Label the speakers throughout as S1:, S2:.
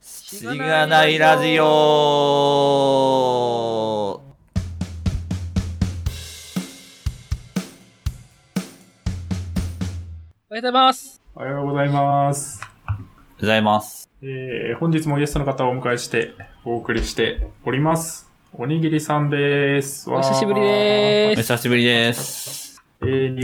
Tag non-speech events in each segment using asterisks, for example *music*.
S1: しがないラジオ
S2: おはようございます。
S3: おはようございます。
S1: ございます。
S3: えー、本日もゲストの方をお迎えしてお送りしております。おにぎりさんです。
S2: お久しぶりで
S1: お
S2: ーす。
S1: 久しぶりです。
S3: す。えー、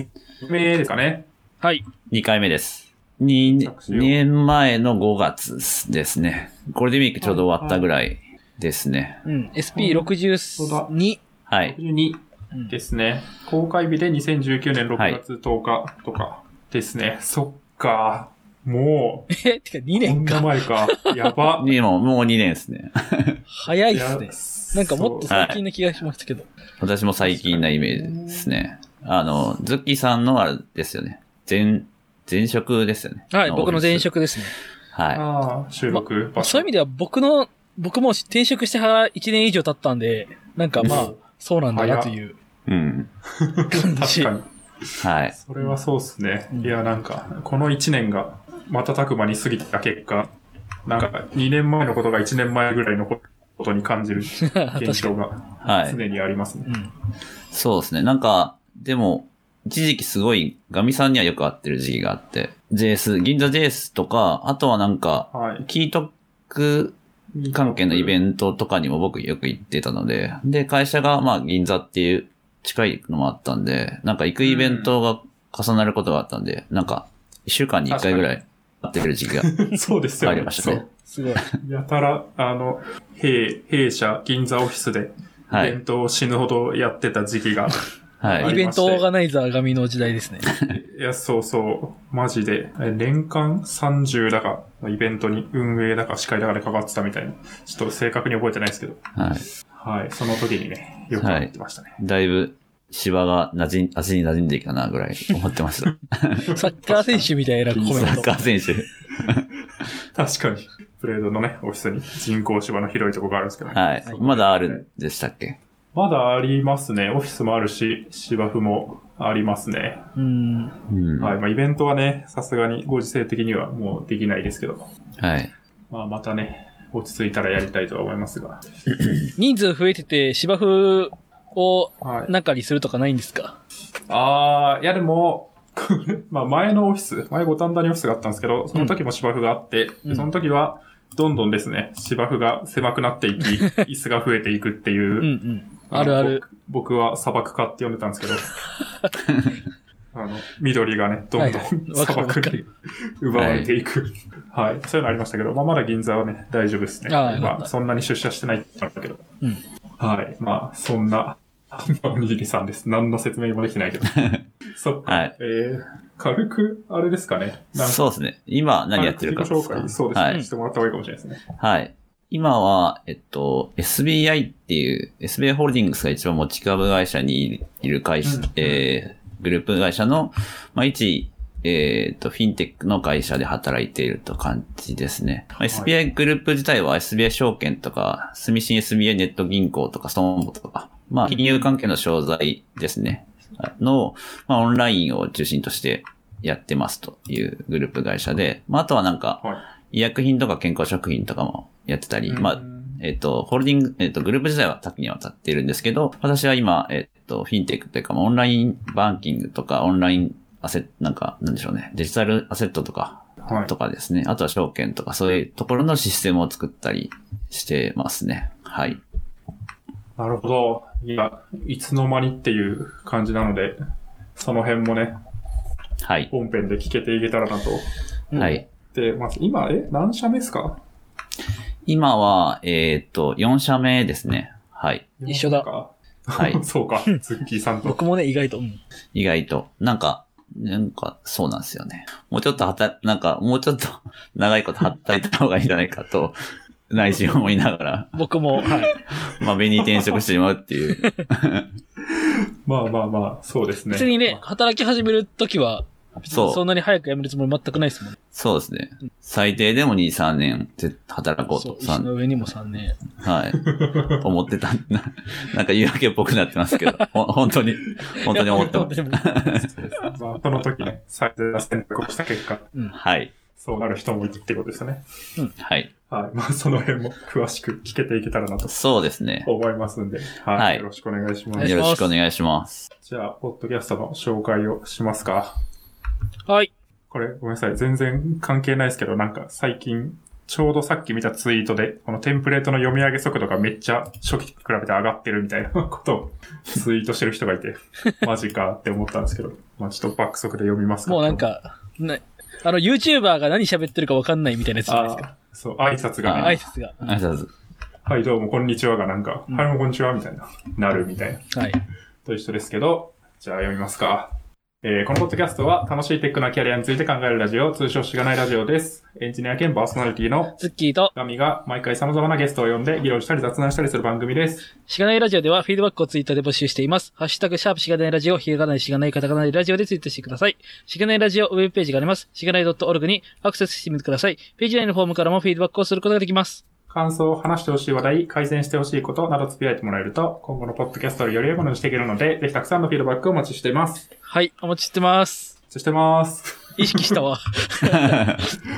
S3: 2名ですかね。
S2: はい。
S1: 2回目です。2,
S3: 着信を
S1: 年前の5月ですね。ゴールデンウィークちょうど終わったぐらいですね。
S2: うん。
S3: 本当だ
S2: SP62。
S1: はい。
S3: 12
S2: うん
S3: ですね。公開日で2019年6月10日とかですね。そっか。も
S2: え、 *laughs* てか2
S3: う、こ
S2: 年
S3: んな
S2: か。
S3: 前か。や
S2: *laughs*
S3: ば。
S1: でも、もう2年ですね。
S2: 早いっす
S3: や
S2: ね。なんかもっと
S3: そう
S2: 最近の気がしましたけど。
S1: 私も最近なイメージですね。あの、ズッキーさんのあれですよね。前、前職ですよね。
S2: はい、僕の前
S1: 前。
S2: 職ですね。
S1: は
S3: ああ、収録場所。
S2: そういう意味では僕の、僕も転職してから1年以上経ったんで、なんかまあ、そうなんだなという
S1: い。うん。
S2: 感じ。
S3: 確かに。
S1: はい。
S3: それはそうっすね。
S2: うん
S3: いや、なんか、この1年が瞬く間に過ぎた結果、なんか2年前のことが1年前ぐらいのことに感じ
S2: *laughs*
S3: る現
S1: *laughs*
S3: 象が
S1: はい。
S3: 常にありますね。
S2: うん。
S1: そうですね。なんか、でも、一時期すごい、ガミさんにはよく合ってる時期があって、JS、銀座 JS とか、あとはなんか、
S3: はい。
S1: キートック関係のイベントとかにも僕よく行ってたので、で、会社がまあ銀座っていう近いのもあったんで、なんか行くイベントが重なることがあったんで、なんか、一週間に一回ぐらい会ってる時期が
S3: ト。 *laughs* そうですよ
S1: ありましたね
S3: そう
S2: すごい。
S3: やたら、あの、弊、弊社、銀座オフィスで、イ
S1: は
S3: ベ
S1: い
S3: ン。トを死ぬほどやってた時期が、
S1: はい。
S3: あ
S2: イ
S3: り
S2: ベン
S3: まして
S2: トオーガナイザー神の時代ですね。
S3: いや、そうそう。マジで。え年間30だか、イベントに運営だか司会だかでかかってたみたいな。ちょっと正確に覚えてないですけど。
S1: はい。
S3: はい。その時にね、よくやってましたね。
S1: だいぶ、芝が馴染ん、足に馴染んできたな、ぐらい思ってました。
S2: サッカー選手みたいなコメ
S1: サッ
S2: ント
S1: カ。ー選手。
S3: 確かに。プレードのね、オフィスに人工芝の広いとこがあるんですけどね。
S1: はい
S3: そ。う
S1: まだあるんでしたっけ
S3: まだありますね。オフィスもあるし、芝生もありますね。
S2: うん。
S1: うん。
S3: は。
S1: はい
S3: まあ、イベントはね、さすがにご時世的にはもうできないですけど。
S1: い。
S3: まあ、またね、落ち着いたらやりたいとは思いますが。
S2: 人数増えてて芝生を
S3: はい。
S2: 中にするとかないんですか
S3: あー、いやでも、 *laughs* これまあ前のオフィス、前五反田にオフィスがあったんですけど、その時も芝生があって、
S2: うん
S3: でその時は、どんどんですね、芝生が狭くなっていき、椅子が増えていくっていうう、
S2: んうん。あるある。
S3: 僕。僕は砂漠化って呼んでたんで
S2: *laughs*
S3: すけど、あの、緑がね、どんど
S2: はい
S3: ん
S2: わかる
S3: 砂
S2: わか
S3: 漠
S2: る
S3: に奪われていく。はい、そういうのありましたけど、まあ、まだ銀座はね、大丈夫ですね。
S2: ああよかっ
S3: ま
S2: た
S3: あ、そんなに出社してないって言ったんだけど。
S2: うん
S3: はい。まあ、そんな、おにぎりさんです。何の説明もできないけど。
S2: *laughs*
S3: そっか。
S1: はい
S3: えー、軽く、あれですかね。なんか
S1: そうですね。今何やってるか
S3: 軽く自己紹介、そうですね。
S1: はい。
S3: してもらった方がいいかもしれないですね。
S1: はい。今は、えっと、SBI っていう、SBI ホールディングスが一番持ち株会社にいる会社、
S3: うん
S1: えー、グループ会社の、まあ、一、えっと、フィンテックの会社で働いていると感じですね。まあ
S3: い
S1: SBI グループ自体は SBI 証券とか、住信 SBI ネット銀行とか、そのとか、まあ、金融関係の商材ですね。の、まあ、オンラインを中心としてやってますというグループ会社で、まあ、あとはなんか、
S3: はい。
S1: 医薬品とか健康食品とかもやってたり、ま
S3: う
S1: あ、
S3: ん
S1: えっ、と、ホールディング、えっ、と、グループ自体は多岐にわたっているんですけど、私は今、えっ、と、フィンテックというか、まあオンラインバンキングとか、オンラインアセット、なんか、なんでしょうね、デジタルアセットとか、
S3: はい
S1: と。かですね、あとは証券とか、そういうところのシステムを作ったりしてますね。はい。
S3: なるほど。いや、いつの間にっていう感じなので、その辺もね、
S1: はい。
S3: 本編で聞けていけたらなと。
S2: うん
S1: はい。
S3: で、まず今、え、何社目ですか
S1: 今は、えっ、と、4社目ですね。はい。
S2: 一緒だ。
S1: は
S3: はいい。 *laughs* そうか。ズッキーさんと。
S2: 僕もね、意外と。うん。
S1: 意外と。なんか、なんか、そうなんですよね。もうちょっと働、なんか、もうちょっと *laughs* 長いこと働いた方がいいんじゃないかと、内心思いながら、
S2: 僕も、はい。
S1: まあ、目に転職してしまうっていう。
S3: まあまあまあ、そうですね。
S2: *laughs* 別にね、働き始めるときは、
S1: そう
S2: そんなに早く辞めるつもり全くないですもんね。
S1: そうですね。最低でも2、3年、絶対働こう
S2: そ
S1: と
S2: う。。
S1: さ
S2: 石
S1: ん
S2: の上にも3年。
S1: はい。思ってた。 *laughs* ななんか言い訳っぽくなってますけど、ほ本当に、本当に思ってます。
S2: ます。
S3: まあ、その時ね、最善な選択をした結果、
S1: はい。
S3: そうなる人もいるってことですよね。
S1: はい。
S3: はい。まあ、その辺も詳しく聞けていけたらなと
S1: そうですね。
S3: 思いますんで、はい。
S1: はい
S3: よろしくお願いしま
S2: 願い
S3: す。
S2: し
S1: よ
S2: ます
S1: ろしくお願いします。
S3: じゃあ、ポッドキャストの紹介をしますか。
S2: はい。
S3: これ、ごめんなさい。全然関係ないですけど、なんか最近、ちょうどさっき見たツイートで、このテンプレートの読み上げ速度がめっちゃ初期と比べて上がってるみたいなことをツイートしてる人がいて、 *laughs* マジかって思ったんですけど、まあちょっと爆速で読みます
S2: もうなん、か、ね、あの、YouTuber が何喋ってるか分かんないみたいなやつじゃない
S3: あ
S2: です
S3: あ、そう、挨拶が
S1: は
S3: ね、
S1: い
S2: か。挨拶が。
S1: ありがとうございま
S3: はい、どうもこんにちはがなんか、
S2: うん
S3: はい、もうこんにちはみたいな、なるみたいな。
S2: はい。
S3: という人ですけど、じゃあ読みますか。えーこのポッドキャストは楽しいテックなキャリアについて考えるラジオ、通称しがないラジオです。エンジニア兼パーソナリティの
S2: ズッキーと、
S3: ガミが毎回様々なゲストを呼んで議論したり雑談したりする番組です。
S2: しがないラジオではフィードバックをツイッターで募集しています。ハッシュタグ、シャープしがないラジオ、ひがないしがないカタカナでラジオでツイートしてください。しがないラジオウェブページがあります。しがない .org にアクセスしてみてください。ページ内のフォームからもフィードバックをすることができます。
S3: 感想を話してほしい話題、改善してほしいことなどつぶやいてもらえると、今後のポッドキャストをより良いものにしていけるので、ぜひたくさんのフィードバックをお待ちしています。
S2: はい、お待ちしてます。
S3: お待ちしてます。
S2: 意識し
S1: *laughs*
S2: たわ。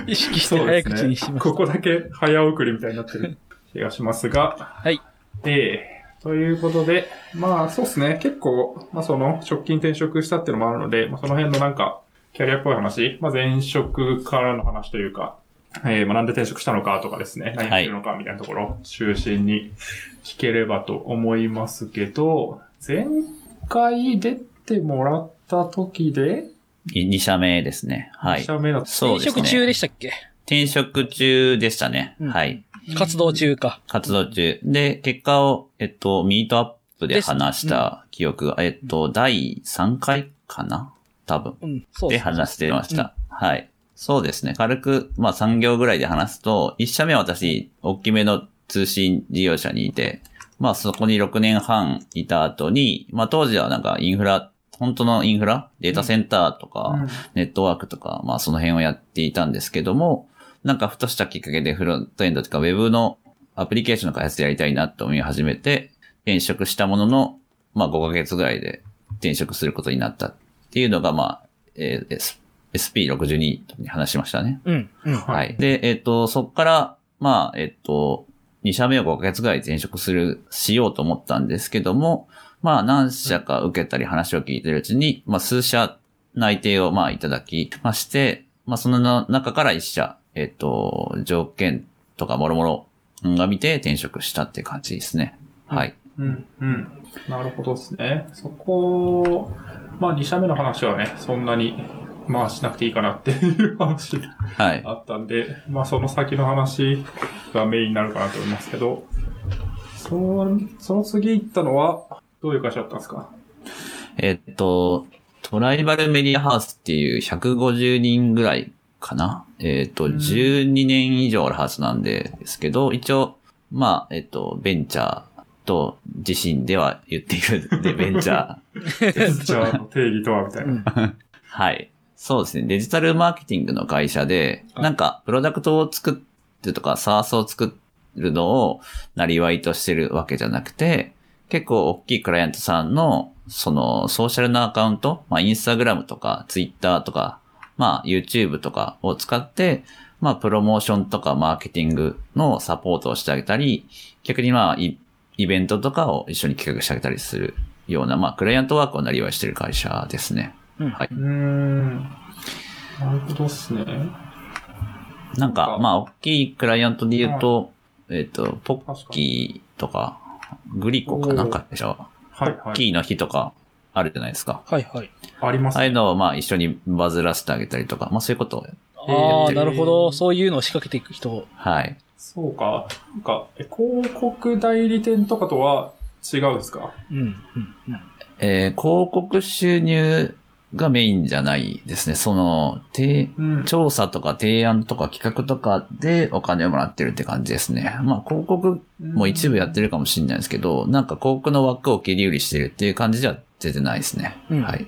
S2: 意識して早口にしました。
S3: ここだけ早送りみたいになってる気がしますが、
S2: はい。
S3: えーということで、まあそうですね、結構、まあその、直近転職したっていうのもあるので、まあその辺のなんか、キャリアっぽい話、まあ前職からの話というか、えー、まあなんで転職したのかとかですね、何やってるのかみたいなところを中心に聞ければと思いますけど、前回出てもらった時で、
S1: す。2社目ですね。はい。
S3: 社名だった
S1: そう
S2: 転
S1: ですね。
S2: 職中でしたっけ
S1: 転職中でしたね。
S2: うん
S1: はい。
S2: 活動中か。
S1: 活動中。で、結果を、えっと、ミートアップで
S2: です
S1: 話した記憶が、えっと、第3回かな多分。
S2: うん、そう
S1: で
S2: です。
S1: 話してました。はい。そうですね。軽く、まあ3行ぐらいで話すと、1社目は私、大きめの通信事業者にいて、まあそこに6年半いた後に、まあ当時はなんかインフラ、本当のインフラデータセンターとか、
S3: うん
S1: ネットワークとか、まあその辺をやっていたんですけども、なんかふとしたきっかけでフロントエンドとかウェブのアプリケーションの開発やりたいなと思い始めて、転職したものの、まあ5ヶ月ぐらいで転職することになったっていうのが、まあ、えー S- SP62 に話しましたね。
S2: うん、
S1: *laughs*
S2: うん。
S3: はい
S1: はい。で、えっ、と、そこから、まあ、えっ、と、2社目を5ヶ月ぐらい転職する、しようと思ったんですけども、まあ、何社か受けたり話を聞いてるうちに、まあ、数社内定を、まあ、いただきまして、まあ、その中から1社、えっ、と、条件とかもろもろが見て転職したって感じですね。はい。
S3: うん、うん。なるほどですね。そこ、まあ2社目の話はね、そんなに、まあしなくていいかなっていう話が
S1: はい。
S3: あったんで、まあその先の話がメインになるかなと思いますけど、そその次行ったのは、どういう会社だったんです *laughs* か
S1: えっと、トライバルメディアハウスっていう150人ぐらいかな。えっと、
S3: うん
S1: 12年以上あるはずなんでですけど、一応、まあ、えっと、ベンチャーと自身では言っているんで、ベンチャー。
S3: じゃあ定義とはみたいうな。
S2: ん
S1: はい。そうですね。デジタルマーケティングの会社で、
S3: あ
S1: なんか、プロダクトを作ってとか、サースを作るのを、なりわいとしてるわけじゃなくて、結構大きいクライアントさんの、その、ソーシャルなアカウント、まあ、インスタグラムとか、ツイッターとか、まあ、YouTube とかを使って、まあ、プロモーションとかマーケティングのサポートをしてあげたり、逆にまあ、イイベントとかを一緒に企画してあげたりするような、まあ、クライアントワークをなりわいしてる会社ですね。
S2: うん
S1: はいう
S3: ー。ん。なるほどっすね。
S1: なん
S3: なん
S1: か
S3: か、
S1: まあ、大きいクライアントで言うと、えっ、と、ポッキーとか、グリコかなんかでしょ。
S3: はい
S1: ポ
S3: は
S1: ッキ
S3: い。
S1: ーの日とか、あるじゃないですか。
S2: はい、はい。
S3: あります
S1: ああいう
S3: ね。
S1: のを、まあ、一緒にバズらせてあげたりとか、まあ、そういうことを、
S2: あ
S3: え
S2: あ、
S3: ー
S2: なるほど。そういうのを仕掛けていく人。
S1: はい。
S3: そうか。なんか、え広告代理店とかとは違うんですか
S2: うん、うん、うん。
S1: えー広告収入がメインじゃないですね。その、て
S3: うん。
S1: 調査とか提案とか企画とかでお金をもらってるって感じですね。まあ、広告も一部やってるかもしれないですけど、なんか広告の枠を切り売りしてるっていう感じじゃ出てないですね。
S2: うん
S1: はい。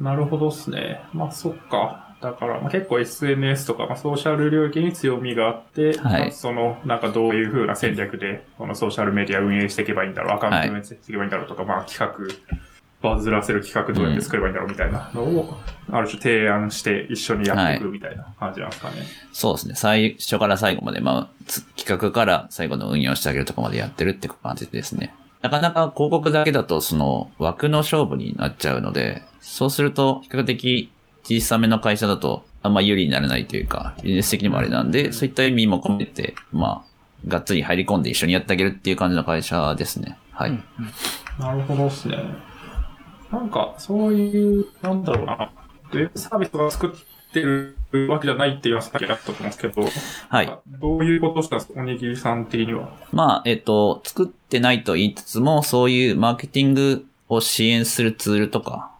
S3: なるほどっすね。まあそっか。だから、まあ、結構 SNS とか、まあ、ソーシャル領域に強みがあって、
S1: はい
S3: まあその、なんかどういう風な戦略で、このソーシャルメディア運営していけばいいんだろう、アカウント運営していけばいいんだろうとか、まあ企画、バズらせる企画どうやって作ればいいんだろうみたいなのを、ある種提案して一緒にやっていくみたいな感じなんですかね。
S1: そうですね。最初から最後まで、まあ、つ企画から最後の運用してあげるとこまでやってるって感じですね。なかなか広告だけだと、その枠の勝負になっちゃうので、そうすると比較的小さめの会社だと、あんま有利になれないというか、ビジネス的にもあれなんで、そういった意味も込めて、まあ、がっつり入り込んで一緒にやってあげるっていう感じの会社ですね。はい。
S2: うん
S3: なるほどですね。なんか、そういう、なんだろうな、ウェブサービスが作ってるわけじゃないっていうのはさっきあったと思うんですけど、
S1: はい。
S3: どういうことしたんですか、おにぎりさん的には。
S1: まあ、えっ、と、作ってないと言いつつも、そういうマーケティングを支援するツールとか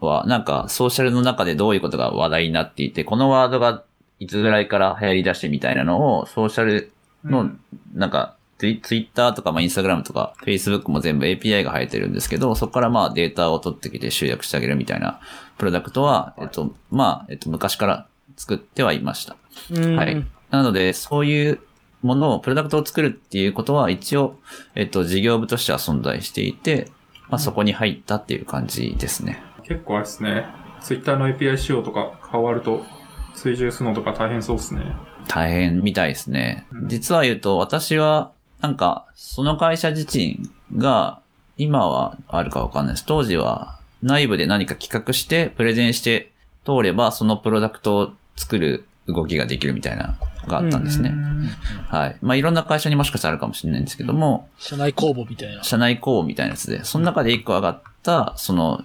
S1: は、なんかソーシャルの中でどういうことが話題になっていて、このワードがいつぐらいから流行り出してみたいなのを、ソーシャルの、なんか、ツイツイッターとか、まあ、インスタグラムとか、フェイスブックも全部 API が生えてるんですけど、そこからまあデータを取ってきて集約してあげるみたいなプロダクトは、えっと、まあ、えっと、昔から作ってはいました。
S2: うん
S1: はい。なので、そういうものを、プロダクトを作るっていうことは、一応、えっと、事業部としては存在していて、まあ、そこに入ったっていう感じですね。
S3: 結構あれですね、ツイッターの API 仕様とか変わると、追従するのとか大変そうですね。
S1: 大変みたいですね。実は言うと、私は、なんか、その会社自身が、今はあるかわかんないです。当時は、内部で何か企画して、プレゼンして、通れば、そのプロダクトを作る動きができるみたいな、があったんですね。
S3: うん
S1: はい。まあ、いろんな会社にもしかしたらあるかもしれないんですけども、
S2: 社内公募みたいな。
S1: 社内公募みたいなやつで、その中で一個上がった、その、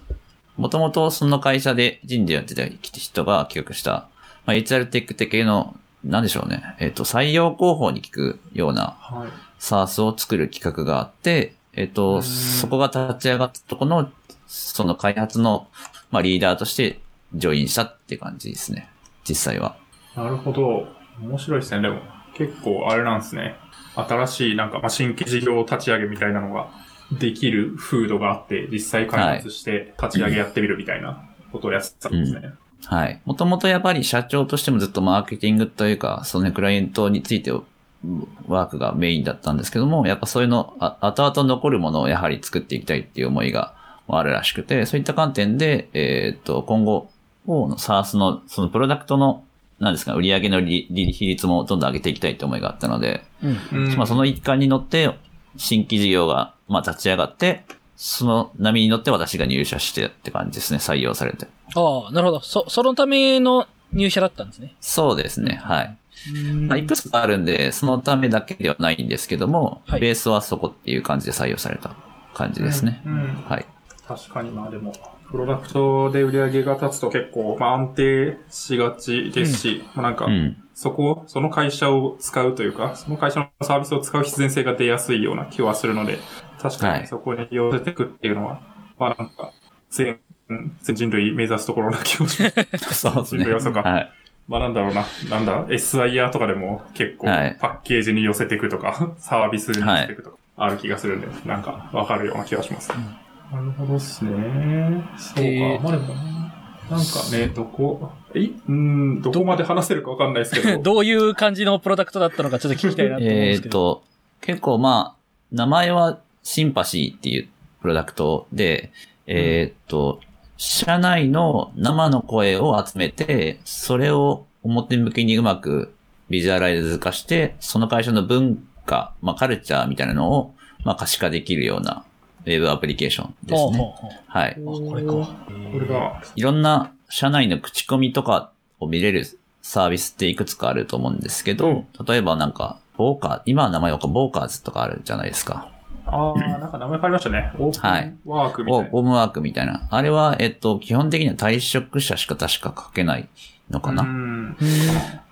S1: もともとその会社で人事をやってた人が企画した、まあ、HR テック系の、なんでしょうね、えっ、と、採用広報に効くような
S3: はい。
S1: SARS を作る企画があって、えっ、
S3: う
S1: と、
S3: ん
S1: そこが立ち上がったところの、その開発の、まあ、リーダーとしてジョインしたって感じですね。実際は。
S3: なるほど。面白いですね、でも。結構あれなんですね。新しいなんか、まあ、新規事業立ち上げみたいなのができるフードがあって、実際開発して立ち上げやってみるみたいなことをやってたんですね。
S1: はい。もともとやっぱり社長としてもずっとマーケティングというか、そのねクライアントについてをワークがメインだったんですけども、やっぱそういうの、あ後々残るものをやはり作っていきたいっていう思いがあるらしくて、そういった観点で、えーっと、今後、の SARS の、そのプロダクトの、なんですか、売上の利利比率もどんどん上げていきたいって思いがあったので、
S2: うん。
S3: うん
S1: まあその一環に乗って、新規事業が、まあ立ち上がって、その波に乗って私が入社してって感じですね、採用されて。
S2: ああ、なるほど。そ、そのための入社だったんですね。
S1: そうですね、はい。
S2: うん
S1: まあ、いくつかあるんで、そのためだけではないんですけども、
S2: はい
S1: ベースはそこっていう感じで採用された感じですね。
S3: うんうん
S1: はい。
S3: 確かにまあでも、プロダクトで売り上げが立つと結構、まあ安定しがちですし、まあなんか
S1: う、ん。
S3: そこを、その会社を使うというか、その会社のサービスを使う必然性が出やすいような気はするので、確か
S1: は
S3: に
S1: い
S3: そこに寄せていくっていうのは、まあなんか、全、全人類目指すところな気もします。
S1: そうですね。
S3: 要素が
S1: はい。
S3: まあなんだろうな、なんだ、SIR とかでも結構
S1: はい
S3: パッケージに寄せていくとか、 *laughs* サービスに寄せていくとか、ある気がするんで、なんかわかるような気がします。なるほどっすね。そうか、
S2: えー
S3: まあでもなんかね、どこ、えうん、どこまで話せるかわかんないですけ
S2: *laughs*
S3: ど、
S2: どういう感じのプロダクトだったのかちょっと聞きたいなと思うんで
S1: え
S2: す
S1: ー
S2: け
S1: っ
S2: ど。
S1: と、結構まあ、名前はシンパシーっていうプロダクトで、えーっと、社内の生の声を集めて、それを表向きにうまくビジュアライズ化して、その会社の文化、まあカルチャーみたいなのを、まあ可視化できるようなウェブアプリケーションです
S2: ほう
S1: ね。
S2: ほうほう
S1: はい。
S2: あこれか
S3: これが、
S1: いろんな社内の口コミとかを見れるサービスっていくつかあると思うんですけど、例えばなんか、ボーカー、今は名前はボーカーズとかあるじゃないですか。
S3: ああ、なんか名前変わりましたね。オー
S1: は
S3: プ
S1: い
S3: ンワークみた
S1: オ
S3: いな。
S1: ームワークみたいな。あれは、えっと、基本的には退職者しか確か書けないのかな。
S3: うん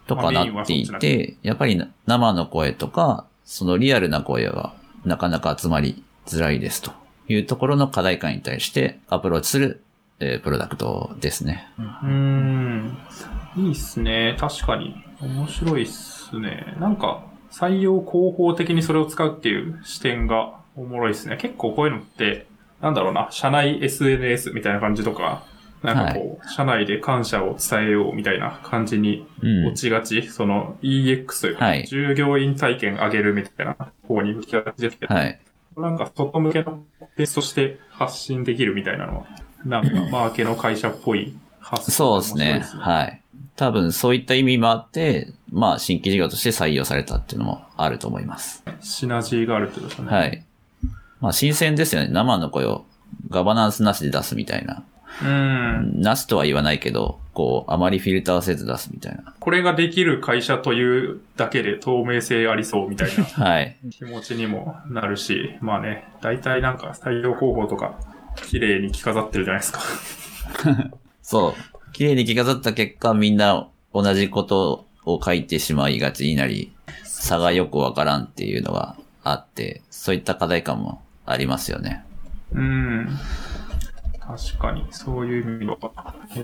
S1: とかなっていて、やっぱりな生の声とか、そのリアルな声はなかなか集まりづらいですというところの課題感に対してアプローチする、えープロダクトですね。
S3: うん。いいっすね。確かに。面白いっすね。なんか、採用広報的にそれを使うっていう視点がおもろいっすね。結構こういうのって、なんだろうな、社内 SNS みたいな感じとか、なんかこう、社内で感謝を伝えようみたいな感じに
S1: うん
S3: 落ちがち、その EX というか、
S1: はい
S3: 従業員体験上げるみたいな方に向きがちですけど、
S1: はい。
S3: なんか外向けのテストして発信できるみたいなのは、なんかマーケの会社っぽい発
S1: そ
S3: 想。
S1: うですね。
S3: 面白い
S1: はい。多分そういった意味もあって、まあ新規事業として採用されたっていうのもあると思います。
S3: シナジーがあるってことですね。
S1: はい。まあ新鮮ですよね。生の声をガバナンスなしで出すみたいな。
S3: うん。
S1: なしとは言わないけど、こう、あまりフィルターせず出すみたいな。
S3: これができる会社というだけで透明性ありそうみたいな
S1: はい。
S3: 気持ちにもなるし、まあね、大体なんか採用広報とか、綺麗に着飾ってるじゃないですか。
S1: そう。綺麗に着飾った結果、みんな同じことを書いてしまいがちになり、差がよくわからんっていうのがあって、そういった課題感もありますよね。
S3: うん。確かに、そういう意味では、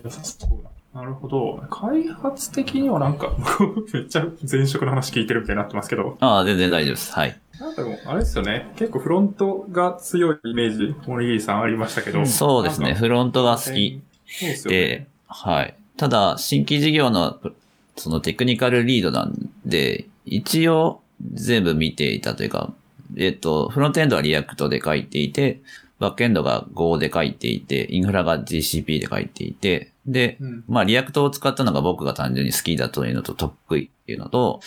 S3: 良さそうだなるほど。開発的にはなんか、 *laughs* めっちゃ前職の話聞いてるみたいになってますけど、
S1: ああ、全然大丈夫です。はい。
S3: なんかでも、あれですよね。結構フロントが強いイメージ、森木さんありましたけど。
S1: そうですね。
S3: なんか。
S1: フロントが好き
S3: そうですよ
S1: で
S3: ね。、
S1: はい。ただ、新規事業の、そのテクニカルリードなんで、一応全部見ていたというか、えっ、と、フロントエンドはリアクトで書いていて、バックエンドが Go で書いていて、インフラが GCP で書いていて、で、
S3: うん。
S1: まあ、リアクトを使ったのが僕が単純に好きだというのと得意っていうのと、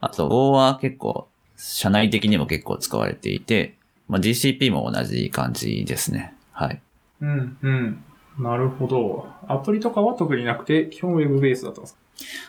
S1: あと Go は結構、社内的にも結構使われていて、まあ、GCP も同じ感じですね。はい。
S3: うん、うん。なるほど。アプリとかは特になくて、基本ウェブベースだったんですか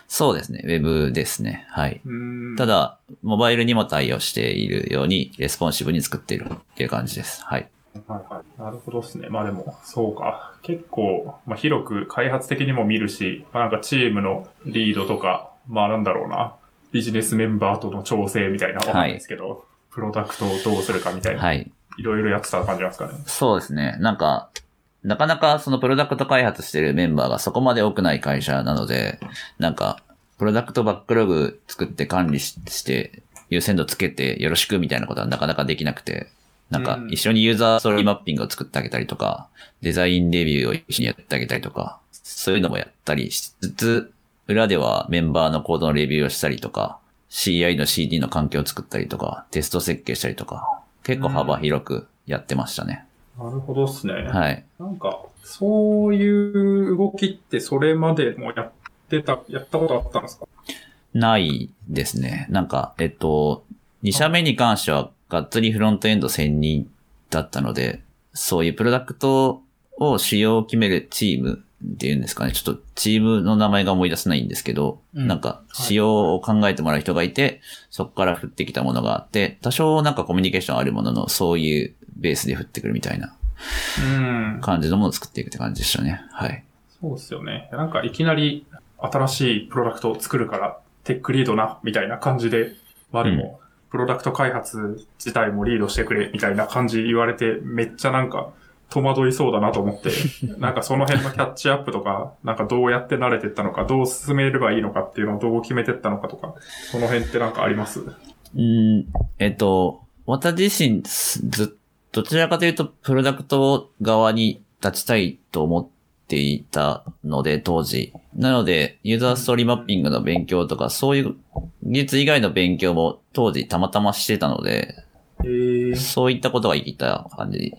S1: そうですね。ウェブですね。はい。
S3: うん。
S1: ただ、モバイルにも対応しているように、レスポンシブに作っているっていう感じです。はい。
S3: はいはい。なるほどですね。まあでも、そうか。結構、まあ、広く開発的にも見るし、まあ、なんかチームのリードとか、まあなんだろうな。ビジネスメンバーとの調整みたいなわかんないですけど、プロダクトをどうするかみたいな、い、
S1: はい。
S3: ろいろやってた感じなんですかね。
S1: そうですね。なんか、なかなかそのプロダクト開発してるメンバーがそこまで多くない会社なので、なんか、プロダクトバックログ作って管理しして、優先度つけてよろしくみたいなことはなかなかできなくて、なんか
S3: う、ん
S1: 一緒にユーザーストーリーマッピングを作ってあげたりとか、デザインレビューを一緒にやってあげたりとか、そういうのもやったりしつつ、裏ではメンバーのコードのレビューをしたりとか、CI の CD の環境を作ったりとか、テスト設計したりとか、結構幅広くやってましたね。
S3: なるほどですね。
S1: はい。
S3: なんか、そういう動きってそれまでもやってた、やったことあったんですか
S1: ないですね。なんか、えっと、2社目に関しては、がっつりフロントエンド専任だったので、そういうプロダクトを使用を決めるチームっていうんですかね。ちょっとチームの名前が思い出せないんですけど、
S2: うん
S1: なんか、使用を考えてもらう人がいて、そこから振ってきたものがあって、多少なんかコミュニケーションあるものの、そういうベースで振ってくるみたいな
S3: うん。
S1: 感じのものを作っていくって感じでしたね。はい。
S3: そうですよね。なんかいきなり新しいプロダクトを作るからテックリードな、みたいな感じで、まあでも、プロダクト開発自体もリードしてくれ、みたいな感じ言われて、めっちゃなんか戸惑いそうだなと思って、なんかその辺のキャッチアップとか、なんかどうやって慣れてったのか、どう進めればいいのかっていうのをどう決めてったのかとか、その辺ってなんかあります
S1: うん、えっと、私自身す、ず、どちらかというと、プロダクト側に立ちたいと思っていたので、当時。なので、ユーザーストーリーマッピングの勉強とか、そういう技術以外の勉強も当時たまたましてたので、
S3: えー、
S1: そういったことが生きた感じ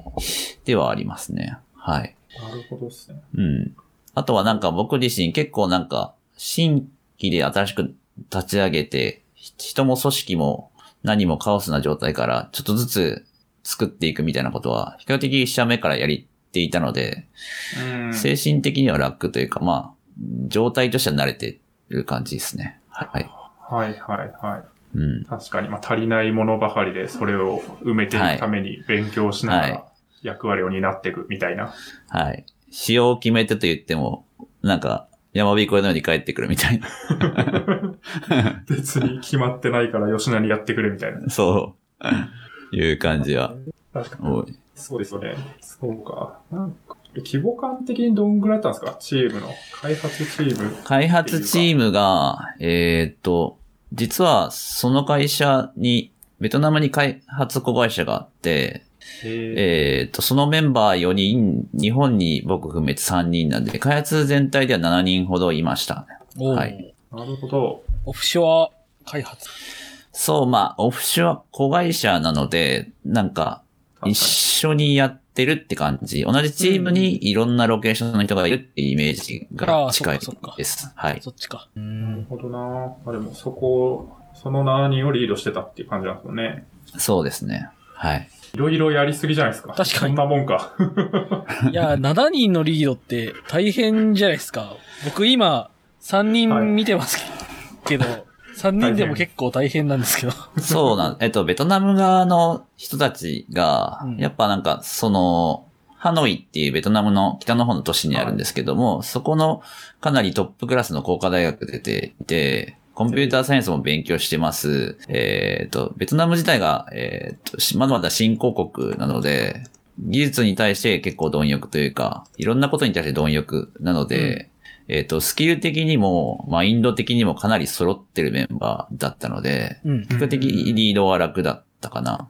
S1: ではありますね。はい。
S3: なるほどですね。
S1: うん。あとはなんか僕自身結構なんか新規で新しく立ち上げて、ひ人も組織も何もカオスな状態からちょっとずつ作っていくみたいなことは比較的一社目からやりていたので、
S3: うん。
S1: 精神的には楽というかまあ、状態としては慣れてる感じですね。はい。
S3: はいはいはい。
S1: うん。
S3: 確かに、まあ、足りないものばかりで、それを埋めていくために勉強しなが
S1: はい
S3: ら役割を担っていくみたいな。
S1: はい。仕様を決めてと言っても、なんか山彦のように帰ってくるみたいな。
S3: *laughs* 別に決まってないから吉成やってくれみたいな。
S1: そう。いう感じは
S3: 確かに。
S1: 多い。
S3: そうですよね。そうか。なんか、規模感的にどんぐらいだったんですかチームの。開発チーム。
S1: 開発チームが、えーっと、実はその会社に、ベトナムに開発子会社があって、
S3: え
S1: えーっと、そのメンバー4人、日本に僕含めて3人なんで、開発全体では7人ほどいました。
S2: おー
S1: はい
S3: なるほど。
S2: オフショア開発。
S1: そう、まあ、オフショア子会社なので、なんか、
S3: 確かに
S1: 一緒にやってるって感じ。同じチームにいろんなロケーションの人がいるってイメージ
S2: あ
S1: が
S2: ー
S1: 近い
S2: そっかそっか
S1: です。はい。
S2: そっちか。
S3: なるほどなまあでもそこを、その何をリードしてたっていう感じなんですよね。
S1: そうですね。はい。
S3: いろいろやりすぎじゃないですか。
S2: 確かに
S3: そんなもんか。
S1: *laughs*
S2: いや、7人のリードって大変じゃないですか。僕今、3
S3: はい
S2: 人見てます
S1: *laughs*
S2: けど、3人でも結構大変なんですけど。
S1: そうなん、えっと、ベトナム側の人たちが、
S2: うん
S1: やっぱなんか、その、ハノイっていうベトナムの北の方の都市にあるんですけども、そこのかなりトップクラスの工科大学出ていて、コンピューターサイエンスも勉強してます。えっ、と、ベトナム自体が、えっ、とし、まだまだ新興国なので、技術に対して結構貪欲というか、いろんなことに対して貪欲なので、えっ、と、スキル的にも、マインド的にもかなり揃ってるメンバーだったので、
S2: うん。
S1: 比較的リードは楽だったかな。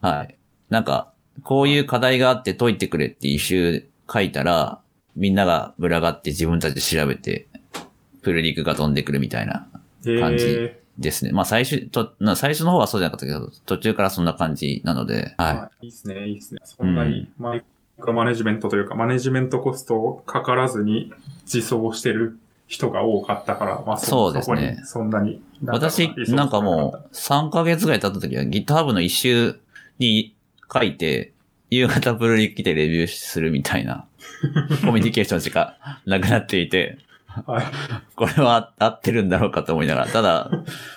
S1: はい。なんか、こういう課題があって解いてくれって一周書いたら、みんなが群がって自分たちで調べて、プルリクが飛んでくるみたいな感じ
S3: え
S1: ですね。まあ最初、と、な最初の方はそうじゃなかったけど、途中からそんな感じなので、
S3: ー
S1: は
S3: はい。いいですね、いいですね。そんなにマイクロマネジメントというか、マネジメントコストをかからずに自走してる人が多かったから、まあ
S1: そうですね
S3: こにそんなに。
S1: い。私、なんかもう、3ヶ月ぐらい経った時は GitHub の一周に書いて、夕方プルリク来てレビューするみたいな、 *laughs* コミュニケーションしかなくなっていて、
S3: う。はい。
S1: これは合ってるんだろうかと思いながら、ただ、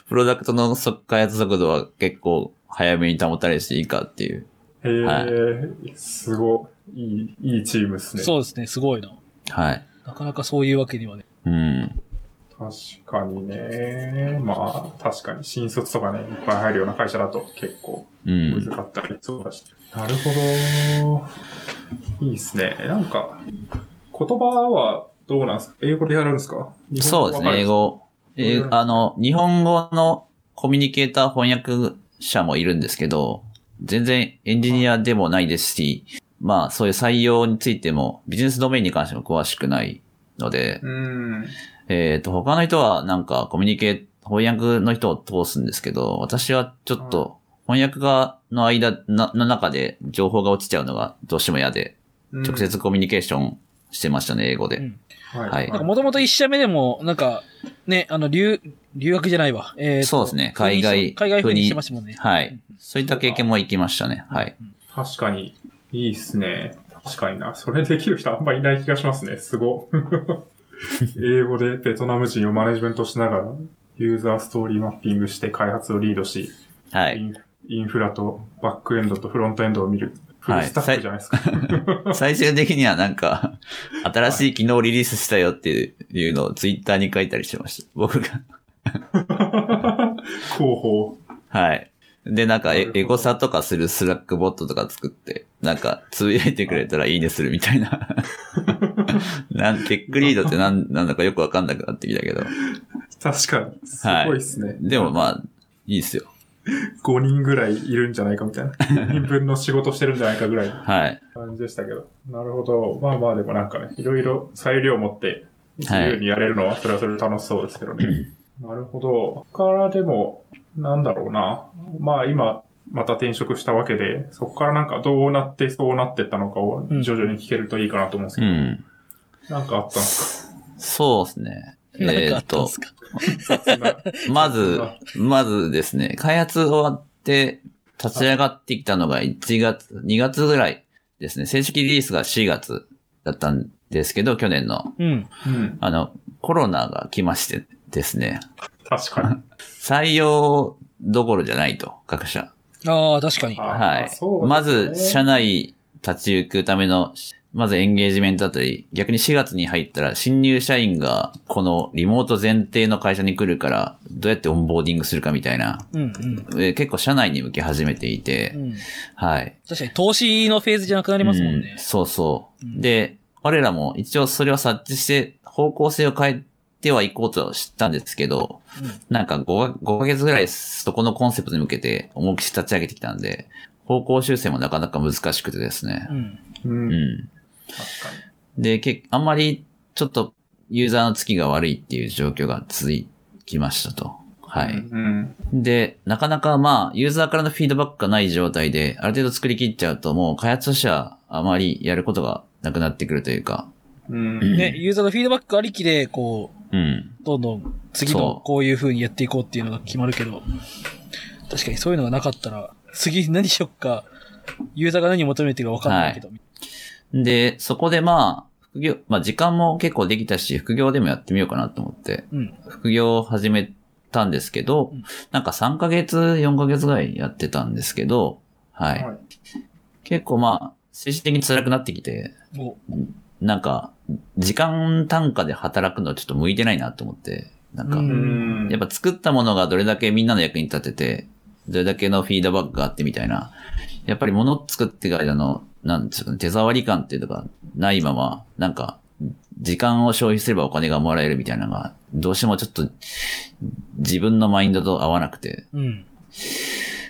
S1: プロダクトの速開発速度は結構早めに保たれるしいいかっていう。
S3: えー、すごい、いい、いいチームですね。
S2: そうですね、すごいな。
S1: はい。
S2: なかなかそういうわけにはね。
S1: うん。
S3: 確かにね。まあ、確かに新卒とかね、いっぱい入るような会社だと結構
S1: う
S3: 難
S1: ん。
S3: かったり、そうだし。なるほど。いいですね。なんか、言葉はどうなんですか英語でやるんですか
S1: そうですね、英。語。えーあの、日本語のコミュニケーター翻訳者もいるんですけど、全然エンジニアでもないですし、まあ、そういう採用についても、ビジネスドメインに関しても詳しくないので、
S3: 日本語わかる
S1: えっ、と、他の人はなんかコミュニケー、翻訳の人を通すんですけど、私はちょっと翻訳が、の間、な、の中で情報が落ちちゃうのがどうしても嫌で、
S3: うん。うん
S1: 直。接コミュニケーションしてましたね、英語
S2: う
S1: で。
S2: ん。
S3: はい。
S1: はい
S2: なんかもともと1社目でも、なんか、ね、あの、留、留学じゃないわ。えーと
S1: そうですね
S2: 赴任
S1: 海
S2: し
S1: 外
S2: 海外風にしてましたもんね。
S1: はい。そういった経験も行きましたね。はい。
S3: 確かに、いいですね。確かにな。それできる人あんまいない気がしますね。す
S1: *laughs*
S3: ご。英語でベトナム人をマネジメントしながら、ユーザーストーリーマッピングして開発をリードし、
S1: は
S3: イ
S1: い。
S3: ンインフラとバックエンドとフロントエンドを見る。フルスタッフじゃないですか。
S1: 最終的にはなんか、新しい機能をリリースしたよっていうのをツイッターに書いたりしてました。僕が。 *laughs*
S3: 広報。
S1: はい。で、なんか
S3: なる
S1: エ
S3: ほ、ど
S1: エゴサとかするスラックボットとか作って、なんか、つぶやいてくれたらいいねするみたいな。
S3: *laughs*
S1: なん、テックリードってなん、なんだかよくわかんなくなってきたけど。
S3: 確かに。すごいですね、
S1: でもまあ、いいっすよ。
S3: 5人ぐらいいるんじゃないかみた
S1: *laughs*
S3: いな。5人分の仕事してるんじゃないかぐらいの
S1: はい。
S3: 感じでしたけど。なるほど。まあまあでもなんかね、いろいろ裁量を持って自由にやれるのはそれはそれで楽しそうですけどね。なるほど。そこからでも、なんだろうな。まあ今、また転職したわけで、そこからなんかどうなってそうなってったのかを徐々に聞けるといいかなと思うんですけ
S1: う
S3: ど、
S1: ん。
S3: なんかあったんです
S1: そうですね。
S2: なん
S1: え
S2: か
S1: ー
S2: あ
S1: っ
S2: ったん
S1: と
S2: す、か
S3: か雑な
S1: まず、まずですね、開発終わって立ち上がってきたのが1月、2月ぐらいですね。正式リリースが4月だったんですけど、去年の。
S2: うん。
S3: うん。
S1: あの、コロナが来ましてですね、
S3: 確かに。
S1: 採用どころじゃないと、各社。
S2: ああ、確かに。
S3: あ
S1: はい。
S3: そう
S1: ま
S3: ですね
S1: ず、社内立ち行くための、まずエンゲージメントだったり、逆に4月に入ったら新入社員がこのリモート前提の会社に来るから、どうやってオンボーディングするかみたいな、
S2: うんうん。
S1: えー結構社内に向け始めていて、
S2: うん。
S1: はい。
S2: 確かに投資のフェーズじゃなくなりますもん
S1: う
S2: ね。
S1: そうそう。
S2: うん
S1: で、我らも一応それを察知して方向性を変えてはいこうとしたんですけど、なんか 5, 5ヶ月ぐらいそこのコンセプトに向けて重きし立ち上げてきたんで、方向修正もなかなか難しくてですね
S2: う。ん。
S3: う。
S1: うんん。
S3: 確かに。
S1: で、けあんまりちょっとユーザーの付きが悪いっていう状況が続きましたと。はい。
S3: うん。
S1: で、なかなかまあ、ユーザーからのフィードバックがない状態で、ある程度作り切っちゃうと、もう開発としてはあまりやることがなくなってくるというか、
S3: うん。
S2: ね、ユーザーのフィードバックありきで、こ
S1: うん。
S2: う、どんどん次
S1: そ
S2: の
S1: う
S2: こういう風にやっていこうっていうのが決まるけど、確かにそういうのがなかったら、次何しよっか、ユーザーが何を求めてるか分かんないけど、
S1: で、そこでまあ、副業、まあ時間も結構できたし、副業でもやってみようかなと思って、
S2: うん。
S1: 副業を始めたんですけど
S2: うん、
S1: なんか3ヶ月、4ヶ月ぐらいやってたんですけど、はい。
S3: はい
S1: 結構まあ、精神的に辛くなってきて、
S2: も
S1: なんか、時間単価で働くのはちょっと向いてないなと思って、なんか、
S2: うん
S3: うん。
S1: やっぱ作ったものがどれだけみんなの役に立てて、どれだけのフィードバックがあってみたいな、やっぱり物を作ってからの、なんですかね、手触り感っていうのがないまま、なんか、時間を消費すればお金がもらえるみたいなのが、どうしてもちょっと自分のマインドと合わなくて、
S2: う、うん。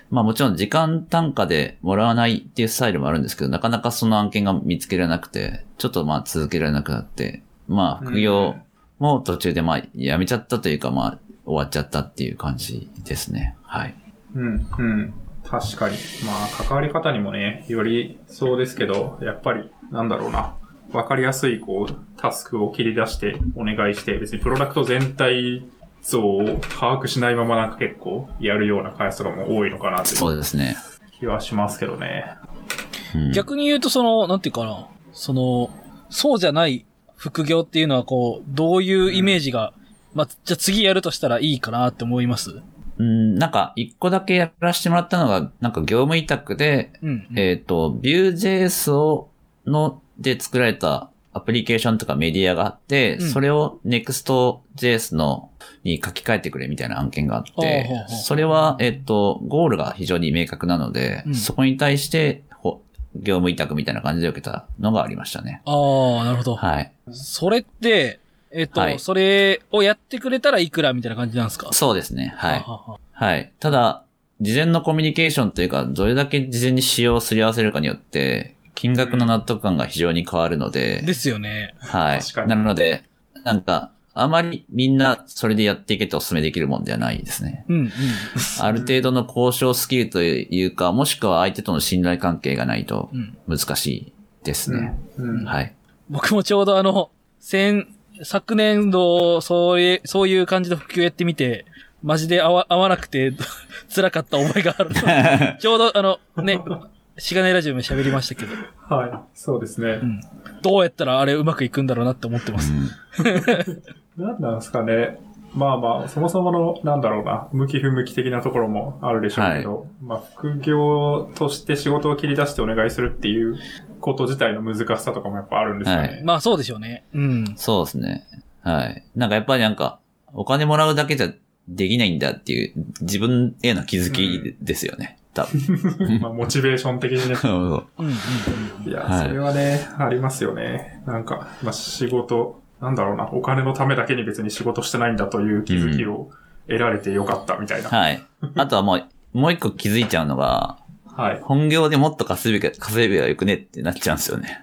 S1: まあもちろん時間単価でもらわないっていうスタイルもあるんですけど、なかなかその案件が見つけられなくて、ちょっとまあ続けられなくなって、まあ副業も途中でまあやめちゃったというかまあ終わっちゃったっていう感じですね。はい。
S3: うん、うん。確かに。まあ、関わり方にもね、よりそうですけど、やっぱり、なんだろうな。わかりやすい、こう、タスクを切り出してお願いして、別にプロダクト全体像を把握しないままなんか結構やるような開発とかも多いのかなという
S1: そうですね。
S3: 気はしますけどね。
S1: うん、
S2: 逆に言うと、その、なんていうかな、その、そうじゃない副業っていうのは、こう、どういうイメージが、まあ、じゃあ次やるとしたらいいかなって思います
S1: うん、なんか一個だけやらせてもらったのが、なんか業務委託で、
S2: うん。
S1: えっ、と、Vue.js を、の、で作られたアプリケーションとかメディアがあって、
S2: うん
S1: それを Next.js の、に書き換えてくれみたいな案件があっ
S2: ほう
S1: て
S2: ほう、ほう
S1: それは、えっ、と、ゴールが非常に明確なので、
S2: うん
S1: そこに対して、ほ業務委託みたいな感じで受けたのがありましたね。
S2: ああ、なるほど。
S1: はい。
S2: それって、えっ、と、
S1: はい
S2: それをやってくれたらいくらみたいな感じなんですか
S1: そうですね。はい。
S2: は
S1: はい。ただ、事前のコミュニケーションというか、どれだけ事前に使用すり合わせるかによって、金額の納得感が非常に変わるので、
S2: ですよね。
S1: はい。
S3: 確かに
S1: なので、なんか、あまりみんなそれでやっていけとお勧めできるもんではないですね。
S2: うん、うん。
S1: ある程度の交渉スキルというか、もしくは相手との信頼関係がないと
S2: うん、
S1: 難しいですね。
S3: うん。
S1: はい。
S2: 僕もちょうどあの、先、昨年度、そういう、そういう感じの普及やってみて、マジで合わ合わなくて、 *laughs* 辛かった思いがあ
S1: *laughs*
S2: る。ちょうどあの、ね、しがないラジオでも喋りましたけど、
S3: はい。そうですね。
S2: うん。どうやったらあれうまくいくんだろうなって思ってます。
S3: なんなんですかね。まあまあ、そもそもの、なんだろうな、向き不向き的なところもあるでしょうけど、まあ、副業として仕事を切り出してお願いするっていうこと自体の難しさとかもやっぱあるんですよね。
S1: はい
S2: まあそうでしょうね。うん。
S1: そうですね。はい。なんかやっぱりなんか、お金もらうだけじゃできないんだっていう、自分への気づきですよね。多分。
S3: *laughs* まあ、モチベーション的
S1: *laughs*
S3: にね。
S1: そう
S2: うん、うん。
S3: いや、
S1: はい
S3: それはね、ありますよね。なんか、まあ、仕事、なんだろうな、お金のためだけに別に仕事してないんだという気づきを得られてよかったみたいな。
S1: はい。あとはもう、もう一個気づいちゃうのが、
S3: はい。
S1: 本業でもっと稼べば、稼べばよくねってなっちゃうんですよね。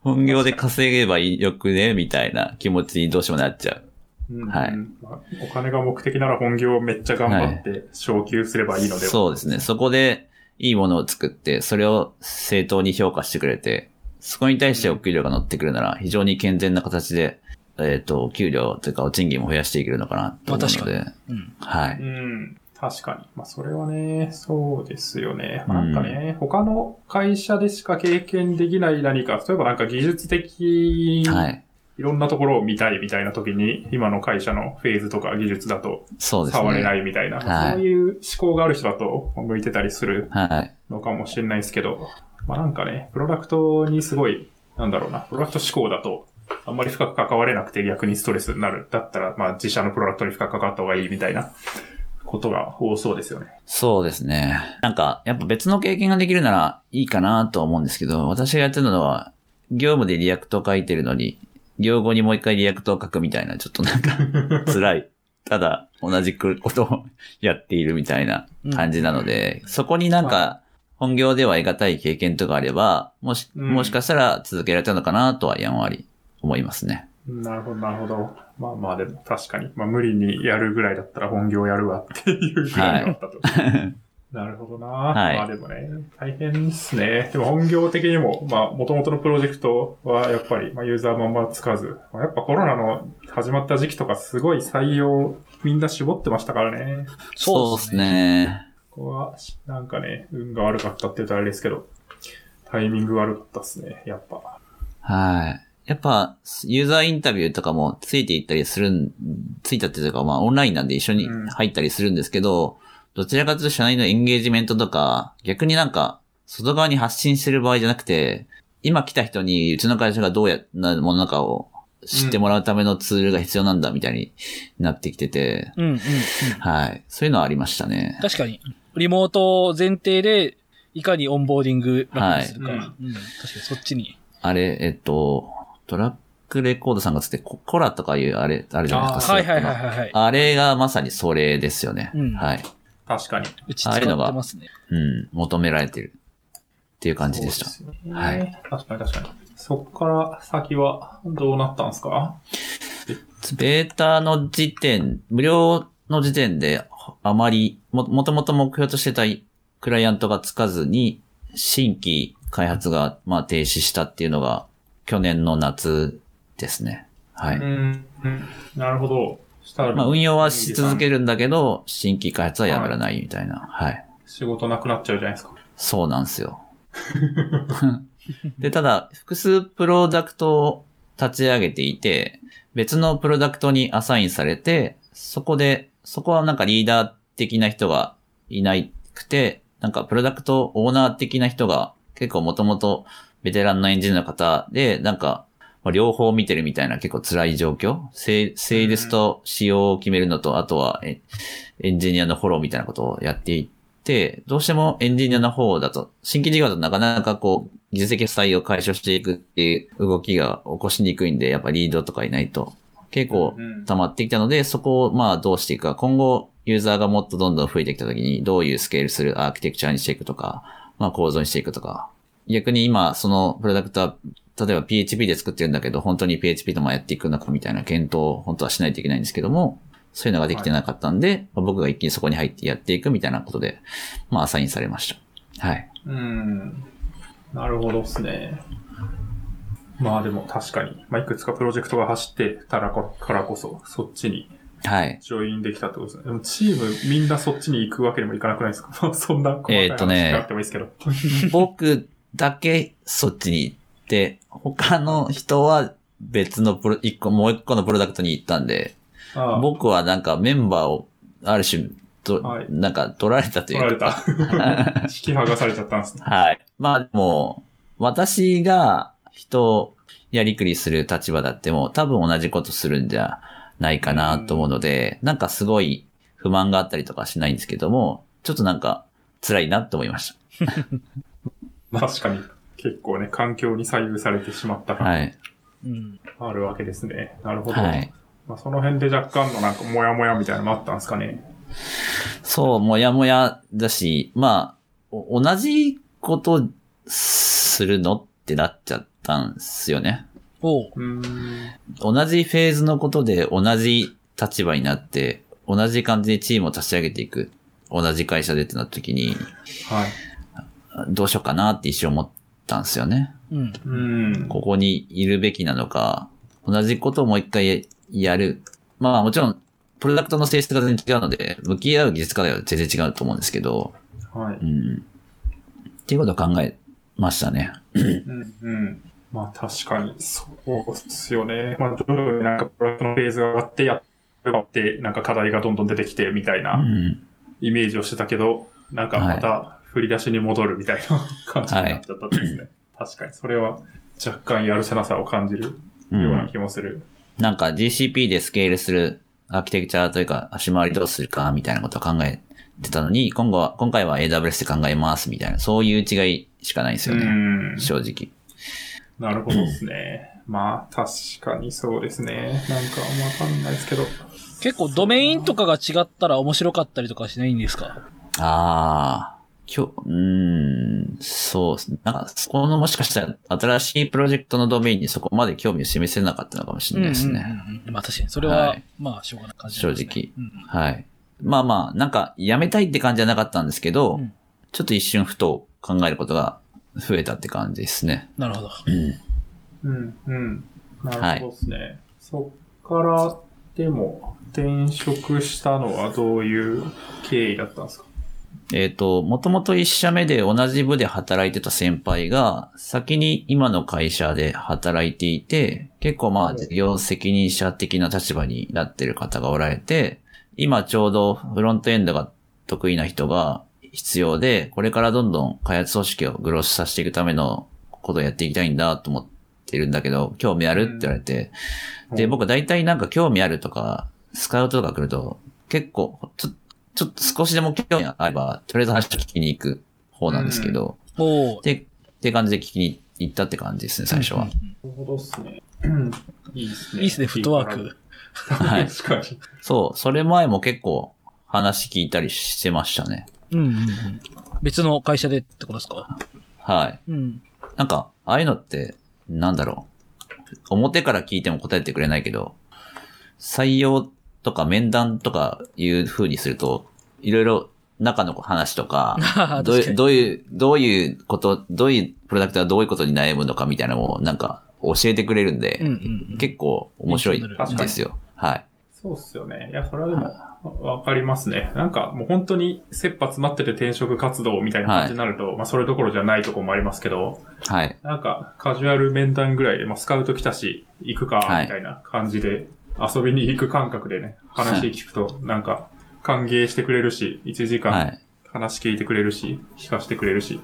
S1: 本業で稼げばよくねみたいな気持ちにどうしてもなっちゃう。
S3: うん
S1: はい
S3: まあお金が目的なら本業をめっちゃ頑張って昇給すればいいのでは、
S1: そうですね。そこでいいものを作って、それを正当に評価してくれて、そこに対してお給料が乗ってくるなら、非常に健全な形で、えっ、と、お給料というかお賃金も増やしていけるのかなと思うので。
S2: うん。
S1: はい。
S3: うん。確かに。まあ、それはね、そうですよね。
S1: うん
S3: なんかね、他の会社でしか経験できない何か、例えばなんか技術的、。
S1: はいい。
S3: ろんなところを見たいみたいな時に、今の会社のフェーズとか技術だと
S1: そうですね。
S3: 触れないみたいな、
S1: はい
S3: そういう思考がある人だと向いてたりする
S1: はい。
S3: のかもしれないですけど、まあなんかね、プロダクトにすごい、なんだろうな、プロダクト思考だと、あんまり深く関われなくて逆にストレスになる。だったら、まあ自社のプロダクトに深く関わった方がいいみたいなことが多そうですよね。
S1: そうですね。なんか、やっぱ別の経験ができるならいいかなとは思うんですけど、私がやってるのは、業務でリアクトを書いてるのに、業後にもう一回リアクトを書くみたいな、ちょっとなんか、 *laughs* 辛い。ただ、同じくことをやっているみたいな感じなので、そこになんか、本業では得難い経験とかあれば、もし、
S3: うん
S1: もしかしたら続けられたのかなとはやんわり思いますね。
S3: なるほど、なるほど。まあまあ、でも確かに。まあ無理にやるぐらいだったら本業やるわっていうぐらいだったと。なるほどな。
S1: い
S3: まあでもね、大変ですね。でも本業的にも、まあ元々のプロジェクトはやっぱり、まあユーザーまんまつかず、まあ、やっぱコロナの始まった時期とかすごい採用みんな絞ってましたからね。
S1: そうですね。
S3: ここは、なんかね、運が悪かったって言うとあれですけど、タイミング悪かったっすね、やっぱ。
S1: はい。やっぱ、ユーザーインタビューとかもついていったりするん、ついたっていうか、まあオンラインなんで一緒に
S3: うん
S1: 入ったりするんですけど、どちらかというと社内のエンゲージメントとか、逆になんか、外側に発信してる場合じゃなくて、今来た人にうちの会社がどうや、なものなのかを知ってもらうためのツールが必要なんだみたいになってきてて、
S2: うんうんうん。
S1: はい。そういうのはありましたね。
S2: 確かに。リモートを前提で、いかにオンボーディング楽にするか。
S3: はい
S2: うん。確かにそっちに。
S1: あれ、えっと、トラックレコードさんがつって、ココラとかいうあれ、あるじゃないですか。
S2: はいはい
S1: スラ
S2: は
S1: ッ
S2: い
S1: クの
S2: はいはい。
S1: あれがまさにそれですよね。
S2: うん
S1: はい。
S3: 確かに。
S2: うち使ってますね。
S1: うん。求められてる。っていう感じでした。
S3: そうすよね
S1: はい。
S3: 確かに確かに。そこから先はどうなったんですか
S1: ベータの時点、無料の時点で、あまり、も、もともと目標としてたクライアントがつかずに、新規開発が、まあ、停止したっていうのが、去年の夏ですね。はい。
S3: うん。うんなるほど。したら、
S1: まあ、運用はし続けるんだけど、新規開発はやらないみたいな。はい。
S3: 仕事なくなっちゃうじゃないですか。
S1: そうなんですよ。 *laughs* で、ただ、複数プロダクトを立ち上げていて、別のプロダクトにアサインされて、そこで、そこはなんかリーダー的な人がいなくて、なんかプロダクトオーナー的な人が結構もともとベテランのエンジニアの方で、なんか、まあ両方見てるみたいな結構辛い状況セセールスと仕様を決めるのと、あとはえエンジニアのフォローみたいなことをやっていって、どうしてもエンジニアの方だと、新規事業だとなかなかこう、技術的負債を解消していくっていう動きが起こしにくいんで、やっぱリードとかいないと、結構
S3: うん
S1: 溜まってきたので、そこをまあどうしていくか、今後ユーザーがもっとどんどん増えてきた時に、どういうスケールするアーキテクチャにしていくとか、まあ構造にしていくとか、逆に今そのプロダクトは、例えば PHP で作ってるんだけど、本当に PHP ともやっていくのかみたいな検討を本当はしないといけないんですけども、そういうのができてなかったんで、まあ僕が一気にそこに入ってやっていくみたいなことで、まあアサインされました。はい。
S3: うん。なるほどですね。まあでも確かに、まあいくつかプロジェクトが走ってたらこからこそ、そっちに
S1: はい。
S3: ジョインできたってことですね。でもチームみんなそっちに行くわけにもいかなくないですか *laughs* まあそんな細かい
S1: えー
S3: 話
S1: と
S3: し
S1: ね
S3: なくてもいいですけど。
S1: 僕だけそっちに行って、他の人は別のプロ、一個、もう一個のプロダクトに行ったんで、
S3: ああ
S1: 僕はなんかメンバーを、ある種、と
S3: はい
S1: なんか取られたとい
S3: 取ら
S1: う
S3: れ
S1: か。
S3: た。
S1: *laughs*
S3: 引き剥がされちゃったんですね。
S1: はい。まあ、もう、私が人をやりくりする立場だってもう多分同じことするんじゃないかなと思うので、なんかすごい不満があったりとかはしないんですけども、ちょっとなんか辛いなって思いまし
S3: 確かに。結構ね、環境に左右されてしまった
S1: た。
S3: 感
S1: はい。
S2: うん。
S3: があるわけですね。なるほど。
S1: はい。
S3: まあ、その辺で若干のなんか、モヤモヤみたいなのもあったんですかね。
S1: そう、もやもやだし、まあ、お同じことするのってなっちゃったんすよね。
S2: おう。
S3: うーん。
S1: 同じフェーズのことで同じ立場になって、同じ感じでチームを立ち上げていく。同じ会社でってなった時に、
S3: はい。
S1: どうしようかなって一瞬思ったんすよね。
S2: うん。
S3: うーん。
S1: ここにいるべきなのか、同じことをもう一回やる。まあもちろん、プロダクトの性質が全然違うので、向き合う技術課題は全然違うと思うんですけど、
S3: はい。
S1: うん。っていうことを考えましたね。。
S3: うん。うん。まあ、確かに、そうですよね。まあ、徐々になんか、プロダクトのフェーズが上がって、やっ上がって、なんか課題がどんどん出てきて、みたいうなんイメージをしてたけど、なんかまた振り出しに戻るみたいな感じになっちゃったんですね。確かに、それは若干やるせなさを感じるよ
S1: う
S3: うんな気もする。
S1: なんか GCP でスケールするアーキテクチャというか足回りどうするかみたいなことを考えてたのに、今後は、今回は AWS で考えますみたいな、そういう違いしかないんです
S3: う
S1: よね。
S3: ん。
S1: 正直。
S3: なるほどですね。 *laughs* まあ、確かにそうですね。なんか、わかんないですけど。
S2: 結構ドメインとかが違ったら面白かったりとかしないんですか
S1: ああ。今日、うーん、そうですね。なんか、そこのもしかしたら新しいプロジェクトのドメインにそこまで興味を示せなかったのかもしれないですね。
S2: うんうんうんまあ確かに、それは、
S1: はい
S2: まあ、しょうがない感じなんですね、
S1: 正直
S2: うん
S1: はい。まあまあ、なんか、やめたいって感じじゃなかったんですけど、
S2: うん
S1: ちょっと一瞬ふと考えることが増えたって感じですね。
S2: なるほど。
S1: うん。
S3: うん、うん。なるほどですね。そっから、でも、転職したのはどういう経緯だったんですか
S1: えっ、と、もともと一社目で同じ部で働いてた先輩が、先に今の会社で働いていて、結構まあ、事業責任者的な立場になってる方がおられて、今ちょうどフロントエンドが得意な人が必要で、これからどんどん開発組織をグロスさせていくためのことをやっていきたいんだと思ってるんだけど、興味あるって言われて、で、僕大体なんか興味あるとか、スカウトとか来ると、結構、ちょちょっと少しでも興味があれば、とりあえず話を聞きに行く方なんですけど、
S2: おー
S1: で、って感じで聞きに行ったって感じですね、最初は。
S3: なるほどです
S2: *clears throat*
S3: ね。うんいいです
S2: い
S3: ね。
S2: いですね、フットワーク。。
S1: はい。
S3: *laughs* 確かに。
S1: そう、それ前も結構話聞いたりしてましたね。
S2: うんうんうん。別の会社でってことですか
S1: はい。
S2: うん。
S1: なんか、ああいうのって、なんだろう。表から聞いても答えてくれないけど、採用とか面談とかいう風にすると、いろいろ中の話と *laughs* か
S2: 確かに、
S1: どういう、どういう、どういうこと、どういうプロダクトはどういうことに悩むのかみたいなのも、なんか教えてくれるんで、
S2: うんうんうん。
S1: 結構面白い
S2: 確
S3: か
S1: で
S3: に
S1: すよ。はい。
S3: そうっすよね。いや、それはでも、わかりますね。なんか、もう本当に、切羽詰まってて転職活動みたいな感じになると、まあ、それどころじゃないとこもありますけど、
S1: はい。
S3: なんか、カジュアル面談ぐらいで、まあ、スカウト来たし、行くか、
S1: はい
S3: みたいな感じで、遊びに行く感覚でね、話聞くと、なんか、歓迎してくれるし、1時
S1: は
S3: 間
S1: い。
S3: 話聞いてくれるし、聞かせてくれるし、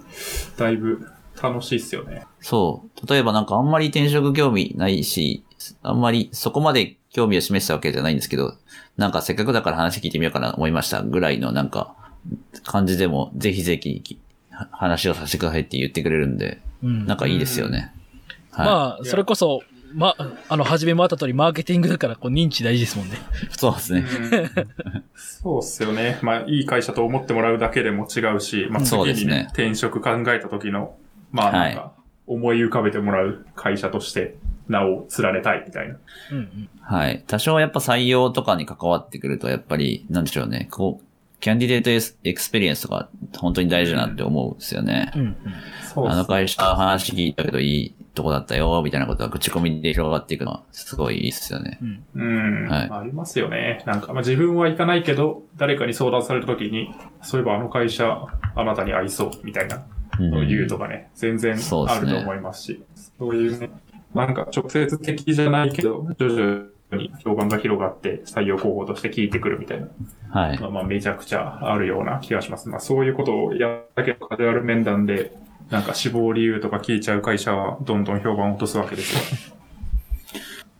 S3: だいぶ楽しいっすよね。
S1: そう。例えばなんかあんまり転職興味ないし、あんまりそこまで興味を示したわけじゃないんですけど、なんかせっかくだから話聞いてみようかなと思いましたぐらいのなんか感じでも、ぜひぜひき話をさせてくださいって言ってくれるんで、
S2: うん
S1: なんかいいですよね。は
S2: まあ、それこそ、ま、あの、初めもあった通り、マーケティングだから、こう、認知大事ですもんね。
S1: い。そうですね。
S3: そうっすよね。まあ、いい会社と思ってもらうだけでも違うし、まあ、次
S1: そうです
S3: にね、
S1: ね
S3: 転職考えた時の、まあ、
S1: は
S3: ないんか、思い浮かべてもらう会社として、名を連ねたいみたいな。
S2: うんうん。
S1: はい。多少やっぱ採用とかに関わってくると、やっぱり、なんでしょうね。こう、キャンディデートエスエクスペリエンスとか本当に大事だなって思うんですよね。
S2: うんうん。
S3: そうっ
S1: あ
S3: す
S1: の会社話聞いたけどいいとこだったよ、みたいなことが口コミで広がっていくのはすごいいいっすよね。
S2: うん。
S3: うん、
S1: はい
S3: ありますよね。なんか、まあ、自分は行かないけど、誰かに相談された時に、そういえばあの会社、あなたに合いそう、みたいなのを言うとかね、全然
S1: そうで
S3: あ
S1: す
S3: る
S1: ね
S3: と思いますし、そういうね、なんか直接的じゃないけど、徐々に評判が広がって、採用候補として聞いてくるみたいな
S1: はい
S3: ま。あ、まあめちゃくちゃあるような気がします。まあ、そういうことをやったけど、カジュアル面談で、なんか死亡理由とか聞いちゃう会社は、どんどん評判を落とすわけですよ。
S1: *laughs*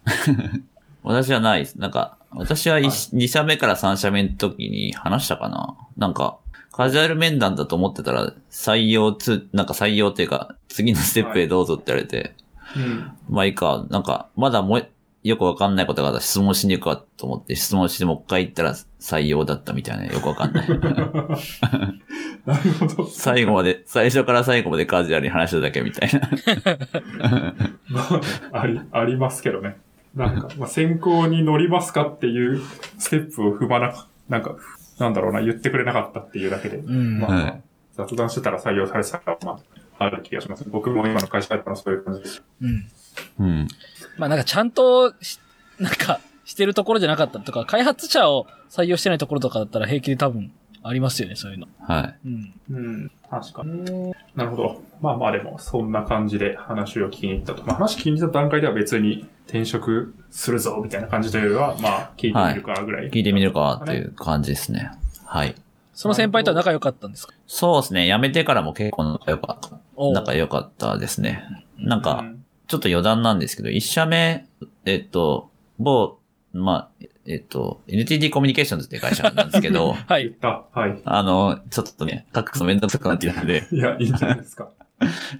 S1: 私はないです。なんか、私は
S3: はい
S1: 2社目から3社目の時に話したかな。なんか、カジュアル面談だと思ってたら、採用つ、なんか採用っていうか、次のステップへどうぞって言われて、
S3: うん。
S1: まあいいか、なんか、まだもえ、よくわかんないことがあったら質問しに行くかと思って、質問してもう一回行ったら採用だったみたいな、よくわかん *laughs* ない。
S3: なるほど。
S1: 最後まで、最初から最後までカジュアルに話しただけみたいな。
S3: ま *laughs* あ、あり、ありますけどね。なんか、まあ、選考に乗りますかっていうステップを踏まなか、なんか、なんだろうな、言ってくれなかったっていうだけで、
S2: うん。
S3: まあ、
S1: はい
S3: 雑談してたら採用されてたら、まあ、ある気がします。僕も今の会社だったらそういう感じです。
S2: うん。
S1: うん。
S2: まあ、なんか、ちゃんとし、なんか、してるところじゃなかったとか、開発者を採用してないところとかだったら平気で多分、ありますよね、そういうの。
S1: はい。
S2: うん。
S3: うん、確かに。なるほど。まあまあでも、そんな感じで話を聞きに行ったと。まあ話聞きに行った段階では別に転職するぞみたいな感じというよりは、まあ聞いてみるかぐらい。
S1: 聞いてみるかっていう感じですね。はい。
S2: その先輩とは仲良かったんですか
S1: そうですね。辞めてからも結構仲良かった。
S2: おう、
S1: 仲良かったですね。なん
S3: う
S1: か、
S3: ん
S1: ちょっと余談なんですけど、一社目、えっと、某、まあ、えっと、NTT コミュニケーションズっていう会社なんですけど
S2: は
S3: 言
S2: い
S3: っ。た。はい。
S1: あの、ちょっとね、書くのめんどくさくなってきたので、
S3: いや、いいんじゃないですか。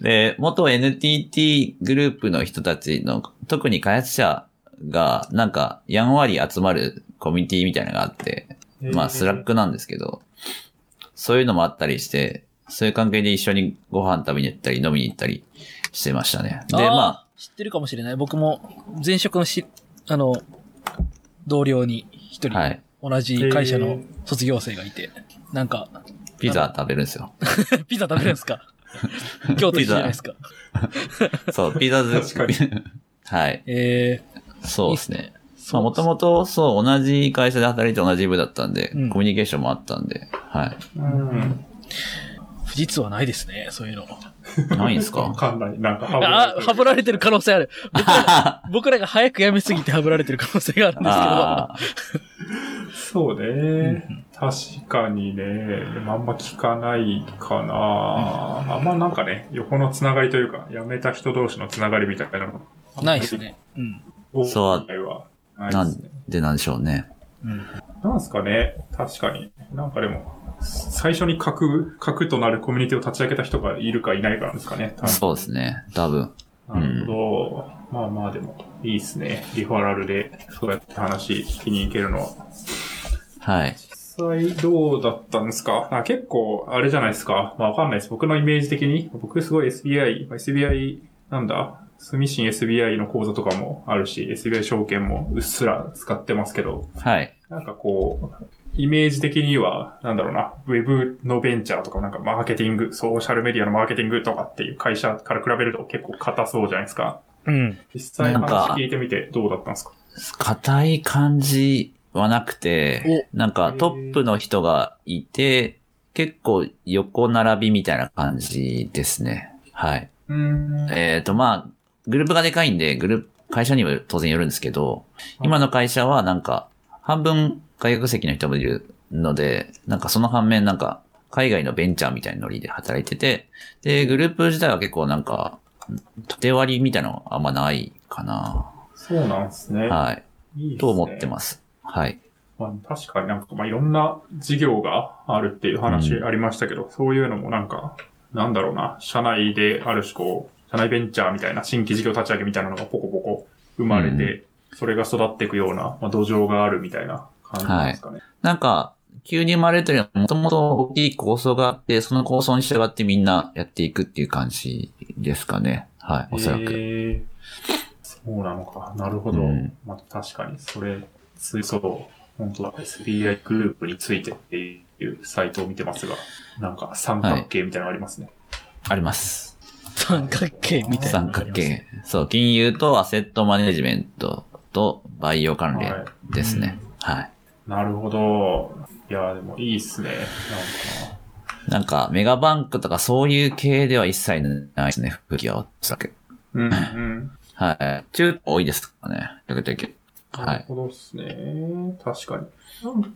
S1: で、元 NTT グループの人たちの、特に開発者が、なんか、やんわり集まるコミュニティみたいなのがあって、まあ、スラッ。クなんですけど、そういうのもあったりして、そういう関係で一緒にご飯食べに行ったり飲みに行ったりしてましたね。で、
S2: あー
S1: まあ、
S2: 知ってるかもしれない。僕も、前職のし、あの、同僚に一
S1: は
S2: 人、
S1: い。
S2: 同じ会社の卒業生がいて、なんか、 *laughs*
S1: ピザ食べるんですよ。
S2: ピザ食べるんで
S1: *laughs*
S2: すか京都一緒じゃないですか。
S1: そう、ピザ好き。
S3: 確
S1: *laughs* はい。
S2: えー、
S1: そうですね。まあ、
S2: そう
S1: もともと、そう、同じ会社で働いて同じ部だったんで、
S2: うん
S1: コミュニケーションもあったんで、はい。
S3: うん。
S2: 富士通はないですね、そういうの。
S1: ないんです
S3: わ
S1: か
S3: かんない。なんか、ハブ
S2: あ、はぶられてる可能性ある。僕ら僕らが早く辞めすぎてはぶられてる可能性があるんですけど。
S1: あ
S3: そうね。確かにね。でもあんま聞かないかな。あんまなんかね、横のつながりというか、辞めた人同士のつながりみたいなのが
S2: ないです。ね。うん。
S1: そう
S3: 今回はな
S1: あ、
S3: い
S1: な
S3: で
S1: ん
S3: すね。
S1: でなんでしょうね。
S2: うん。
S3: なんすかね。確かに。なんかでも、最初に核、核となるコミュニティを立ち上げた人がいるかいないかなんですかね。多分
S1: そうですね。多分。
S3: なるほど。まあまあでも、いいですね。リファラルで、そうやって話聞きに行けるのは。
S1: はい。
S3: 実際どうだったんですかあ結構、あれじゃないですか。まあわかんないです。僕のイメージ的に、僕すごい SBI、まあ SBI、なんだ、住信 SBI の講座とかもあるし、SBI 証券もうっすら使ってますけど、
S1: はい。
S3: なんかこう、イメージ的には、なんだろうな、ウェブのベンチャーとか、なんかマーケティング、ソーシャルメディアのマーケティングとかっていう会社から比べると結構硬そうじゃないですか。
S2: うん。
S3: 実際
S1: なんか
S3: 話聞いてみてどうだったんですか
S1: 硬い感じはなくて、なんかトップの人がいて、結構横並びみたいな感じですね。はい。
S3: うーん。
S1: えっ、と、まあ、グループがでかいんで、グループ、会社にも当然よるんですけど、今の会社はなんか、半分外国籍の人もいるので、なんかその反面なんか、海外のベンチャーみたいなノリで働いてて、で、グループ自体は結構なんか、縦割りみたいなのはあんまないかな。
S3: そうなんですね。
S1: はい。
S3: いいですね
S1: と思ってます。はい。
S3: まあ、確かになんか、まあ、いろんな事業があるっていう話
S1: うん
S3: ありましたけど、そういうのもなんか、なんだろうな、社内である種こう、社内ベンチャーみたいな新規事業立ち上げみたいなのがポコポコ生まれて、それが育っていくような、まあ、土壌があるみたいな感じなんですかね。
S1: なんか、急に生まれてるのはもともと大きい構想があって、その構想に従ってみんなやっていくっていう感じですかね。はい、おそらく。
S3: へーそうなのか。なるほど。
S1: うん
S3: まあ、確かに、それ、つそう、本当だ、SBI グループについてっていうサイトを見てますが、なんか三角形みたいなのありますね。
S1: あります。
S2: 三角形みたいな。
S1: 三角。形。そう、金融とアセットマネジメントとバイオ関連ですね。はい。
S3: なるほど。いやー、でもいいっすね。
S1: なんか、メガバンクとかそういう系では一切ないですね、雰囲気はおそらく。
S3: なんかな。うんうん。
S1: はい。中多いですからね、比較的。は
S3: なる
S1: い。
S3: ほどっすね。確かに。なんか、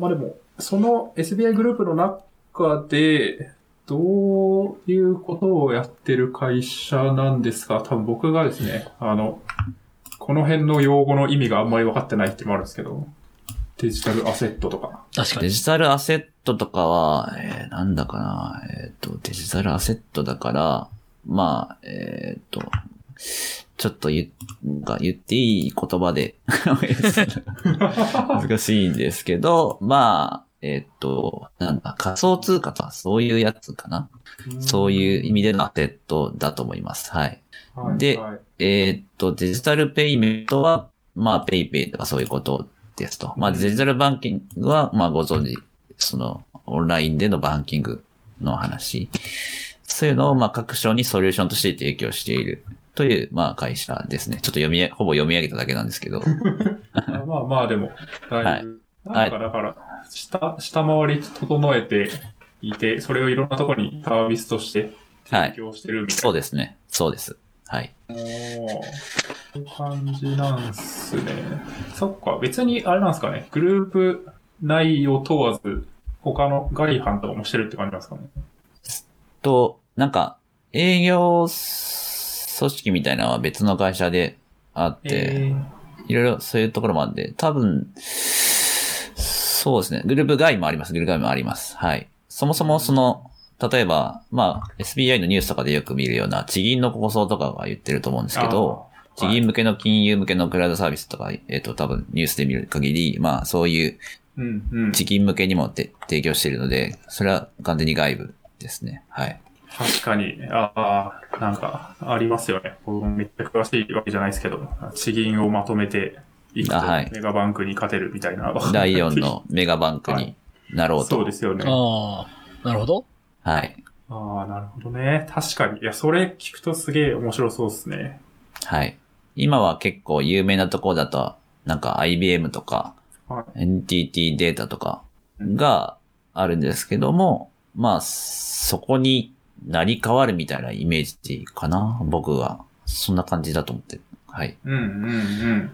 S3: まあでも、その SBI グループの中で、どういうことをやってる会社なんですか多分僕がですね、あの、この辺の用語の意味があんまり分かってないっていうのもあるんですけど、デジタルアセットとか。
S2: 確か
S1: デ
S2: に。
S1: ジタルアセットとかは、えー、なんだかな、えっ、と、デジタルアセットだから、まあ、えっ、と、ちょっと言っなんか言っていい言葉で *laughs* 難しいんですけど、まあ、えっ、と、なんだ、仮想通貨とかそういうやつかな。そういう意味でのアセットだと思います。はい。
S3: はい
S1: で
S3: はい
S1: えーっと、デジタルペイメントは、まあ、ペイペイとかそういうことですと。まあ、デジタルバンキングは、まあ、ご存知、その、オンラインでのバンキングの話。そういうのを、まあ、各省にソリューションとして提供しているという、まあ、会社ですね。ちょっと読み上、ほぼ読み上げただけなんですけど。
S3: あまあまあでも、だいぶ、
S1: はい
S3: なんかだから、下、下回り整えていて、それをいろんなところにサービスとして
S1: は
S3: 提
S1: い。
S3: 供してるみたいな
S1: そうですね。そうです。はい。
S3: おーそういう感じなんすね。そっか、別にあれなんですかね。グループ内容問わず、他の外販とかもしてるって感じなんですかね。
S1: と、なんか、営業組織みたいなのは別の会社であって、いろいろそういうところもあるんで、多分、そうですね。グループ外もあります。グループ外もあります。はい。そもそもその、例えば、まあ、SBI のニュースとかでよく見るような地銀の構想とかは言ってると思うんですけど、
S3: あー
S1: 地銀向けの金融向けのクラウドサービスとか、えっ、と、多分ニュースで見る限り、まあ、そういう
S3: うん、うん。
S1: 地銀向けにもて提供しているので、それは完全に外部ですですね。はい。
S3: 確かに、ああ、なんか、ありますよね。僕もめっちゃ詳しいわけじゃないですけど、地銀をまとめていくと
S1: あはい
S3: メガバンクに勝てるみたいな。
S1: 第4の
S3: *laughs*
S1: メガバンク
S3: は
S1: に
S3: い
S1: なろう
S3: そう
S1: と
S3: で。すよね。
S2: ああ、なるほど。
S1: はい。
S3: ああ、なるほどね。確かに。いや、それ聞くとすげえ面白そうですね。
S1: はい。今は結構有名なところだと、なんか IBM とか、
S3: は
S1: NTT データとかがあるんですけども、まあ、そこになり変わるみたいなイメージでいいかな。僕は。そんな感じだと思ってる。はい。
S3: うんうんうん。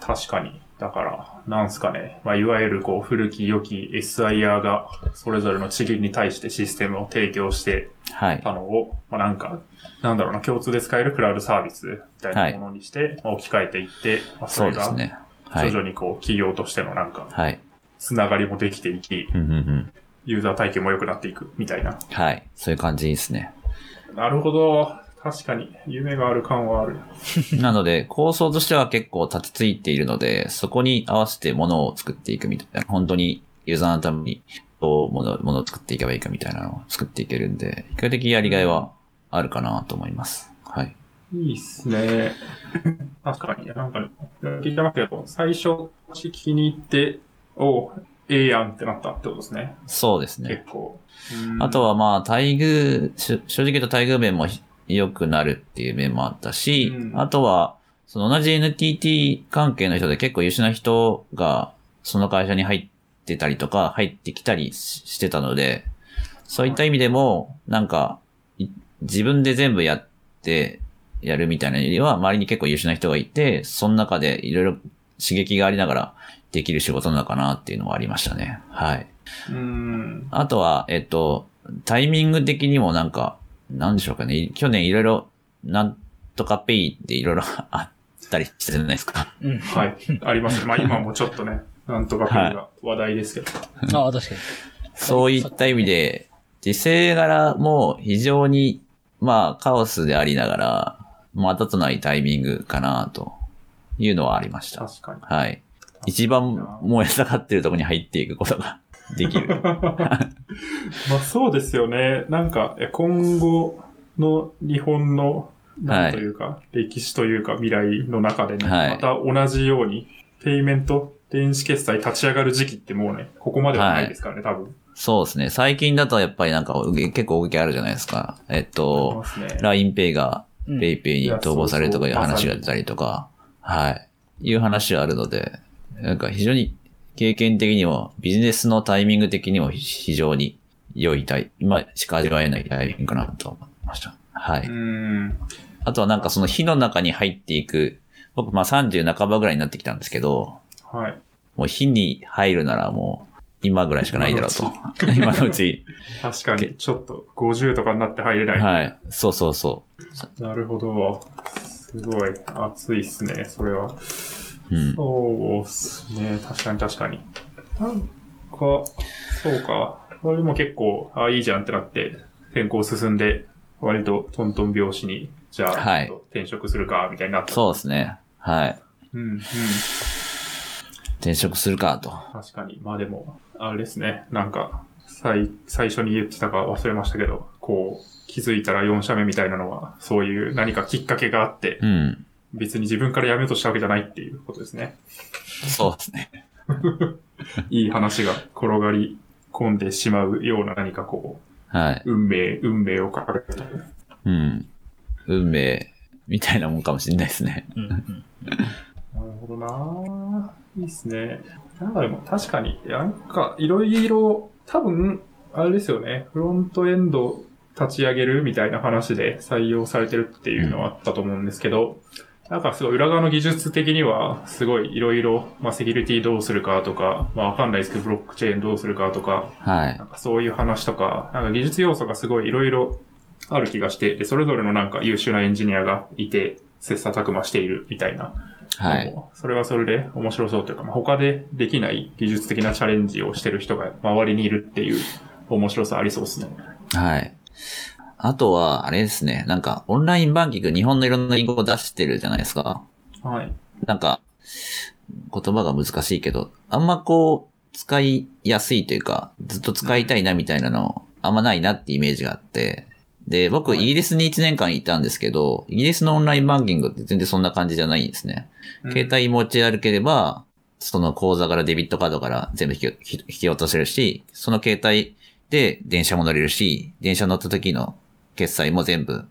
S3: 確かに。だから、なんすかね。まあ、いわゆるこう、古き良き SIR が、それぞれの地銀に対してシステムを提供して
S1: はい。
S3: たのを、まあ、なんか、なんだろうな、共通で使えるクラウドサービスみたいなものにして、まあ置き換えていって、まあ、そ
S1: そう
S3: れ
S1: です
S3: が、
S1: ね。は
S3: 徐
S1: い。
S3: 々にこう、企業としてのなんか、
S1: はい。
S3: つながりもできていき、
S1: うんうんうん。
S3: ユーザー体験も良くなっていく、みたいな。
S1: はい。そういう感じですね。
S3: なるほど。確かに、夢がある感はある。
S1: なので、構想としては結構立ちついているので、そこに合わせて物を作っていくみたいな、本当にユーザーのためにどう物物を作っていけばいいかみたいなのを作っていけるんで、比較的やりがいはあるかなと思います。はい。
S3: いいっすね。 *laughs* 確かに、なんか、聞いてますけど、最初、私聞きに行って、おうええやんってなったってことですね。
S1: そうですね
S3: 結。構。
S1: あと
S3: は、
S1: はまあ、待遇、し正直言うと待遇面もひ良くなるっていう面もあったし、
S3: うん
S1: あとは、その同じ NTT 関係の人で結構優秀な人が、その会社に入ってたりとか、入ってきたりししてたので、そういった意味でも、なんか、い自分で全部やって、やるみたいなよりは、周りに結構優秀な人がいて、その中でいろいろ刺激がありながらできる仕事なのかなっていうのはありましたね。はい。
S3: うん。
S1: あとは、えっと、タイミング的にもなんか、なんでしょうかね。去年いろいろ、なんとかペイでいろいろ *laughs* あったりしたじゃないですか。
S2: うん。
S3: は。い。ありますね。まあ今もちょっとね、 *laughs* なんとかペイが話題ですけど。
S2: ああ、確かに。
S1: そういった意味で、時勢柄も非常に、まあ、カオスでありながら、またとないタイミングかな、というのはありました。
S3: 確かに。
S1: はい。一番燃え盛ってるところに入っていくことが *laughs* できる。
S3: まあそうですよね。なんか、え今後の日本の、なんというか、歴史というか未来の中でね、
S1: はい
S3: また同じように、ペイメント、電子決済立ち上がる時期ってもうね、ここまではないですからね、多分。
S1: そうですね。最近だとやっぱりなんか、結構動きあるじゃないですか。えっと
S3: 思い、ますね。
S1: LINEPay が
S2: うん
S1: PayPay に統合されるとかいう話が出たりとか、はい。いう話があるので、なんか非常に経験的にもビジネスのタイミング的にも非常に良いタイ、今しか味わえないタイミングかなと思いました。は
S3: う
S1: い。
S3: ん。
S1: あとはなんかその火の中に入っていく、僕まあ30半ばぐらいになってきたんですけど、
S3: はい。
S1: もう火に入るならもう今ぐらいしかないだろうと。今のうち。
S3: 確かに、ちょっと50とかになって入れな
S1: *laughs*
S3: い。
S1: はい。そうそうそ
S3: なるほど。すごい。熱いっすね、それは。
S1: う。うん。
S3: そうですね。確かに確かに。なんか、そうか。それも結構、あいいじゃんってなって、変更進んで、割とトントン拍子に、じゃあ、
S1: はい
S3: ちょっと転職するか、みたいになった。
S1: そうですね。はい。
S3: う。うん、うん。
S1: 転職するかと。
S3: 確かに。まあでも、あれですね。なんか、最、最初に言ってたか忘れましたけど、こう、気づいたら4社目みたいなのは、そういう何かきっかけがあって、
S1: うん。
S3: 別に自分から辞めようとしたわけじゃないっていうことですね。
S1: そうですね。
S3: いい話が転がり込んでしまうような何かこ
S1: はい。
S3: う、運命、運命をかかる。
S1: うん。運命みたいなもんかもしれないですね。
S2: うんうん。
S3: なるほどなぁいいっすね。なんかでも確かに、なんかいろいろ、多分、あれですよね、フロントエンド立ち上げるみたいな話で採用されてるっていうのはあったと思うんですけど、なんかすごい裏側の技術的には、すごいいろいろ、まあセキュリティどうするかとか、まあわかんないですけど、ブロックチェーンどうするかとか、
S1: はい
S3: な。んかそういう話とか、なんか技術要素がすごいいろいろある気がして、で、それぞれのなんか優秀なエンジニアがいて、切磋琢磨しているみたいな。
S1: はい。。
S3: それはそれで面白そうというか、まあ、他でできない技術的なチャレンジをしてる人が周りにいるっていう面白さありそうですね。
S1: はい。あとは、あれですね。なんか、オンラインバンキング、日本のいろんな銀行を出してるじゃないですか。
S3: はい。
S1: なんか、言葉が難しいけど、あんまこう、使いやすいというか、ずっと使いたいなみたいなのあんまないなってイメージがあって、で、僕、イギリスに1年間いたんですけど、イギリスのオンラインバンキングって全然そんな感じじゃないんですね。
S3: うん
S1: 携帯持ち歩ければ、その口座からデビットカードから全部引き引き引き落とせるし、その携帯で電車も乗れるし、電車乗った時の決済も全部、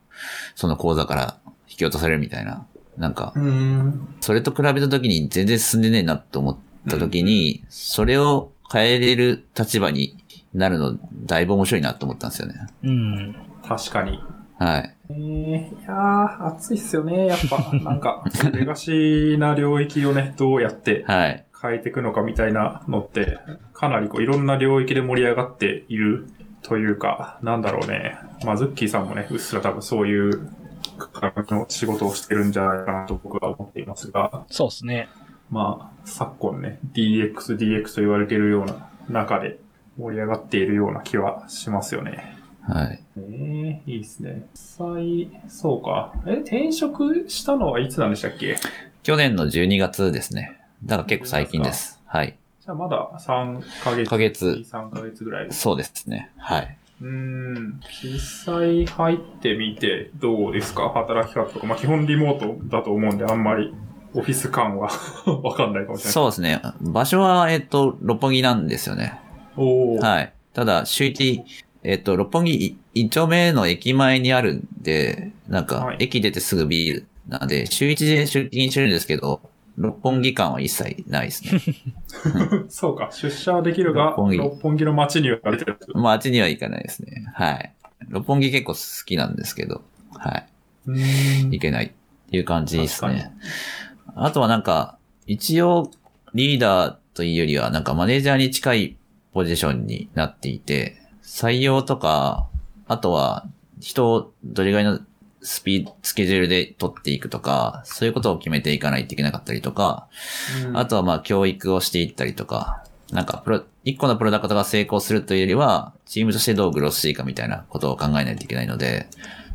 S1: その口座から引き落とされるみたいな。なんか、
S3: うん。
S1: それと比べた時に全然進んでねえなと思った時に、それを変えれる立場になるの、だいぶ面白いなと思ったんですよね。
S2: うん。
S3: 確かに。
S1: はい。
S3: えー、いやー、暑いっすよね、やっぱ。な
S1: *laughs*
S3: んか、レガシーな領域をね、どうやって
S1: はい。
S3: 変えていくのかみたいなのって、かなりこういろんな領域で盛り上がっているというか、なんだろうね。まあ、ズッキーさんもね、うっすら多分そういう価格の仕事をしてるんじゃないかなと僕は思っていますが、
S2: そうですね。
S3: まあ、昨今ね、DX、DX と言われているような中で盛り上がっているような気はしますよね。
S1: はい。
S3: ええいいですね。実際、そうか。え、転職したのはいつなんでしたっけじ
S1: 去年の12月ですね。だから結構最近です。はい。
S3: ゃあまだ3ヶ月。
S1: ヶ月
S3: 3ヶ月ぐらいです。
S1: そうですね。はい。
S3: うーん。実際入ってみてどうですか働き方とか。まあ基本リモートだと思うんで、あんまりオフィス感は *laughs* わかんないかもしれない。
S1: そうですね。場所は、えっと、六本木なんですよね。
S3: おー。
S1: はい。ただ、週一、えっと、六本木1丁目の駅前にあるんで、なん
S3: は
S1: か
S3: い、
S1: 駅出てすぐビールなんで、週一で出勤してるんですけど、六本木感は一切ないです
S3: *laughs*
S1: ね。
S3: そうか。出社はできるが、
S1: 六本木
S3: 六本木の街には出てる。
S1: まあ、あっちには行かないですね。はい。六本木結構好きなんですけど、はい。
S3: うーん
S1: い。けないっていう感じです
S3: 確
S1: ね。あとはなんか、一応リーダーというよりはなんかマネージャーに近いポジションになっていて、採用とか、あとは人をどれぐらいのスピード、スケジュールで取っていくとか、そういうことを決めていかないといけなかったりとか、
S3: うん
S1: あとはまあ教育をしていったりとか、なんかプロ、一個のプロダクトが成功するというよりは、チームとしてどうグロースしていいかみたいなことを考えないといけないので、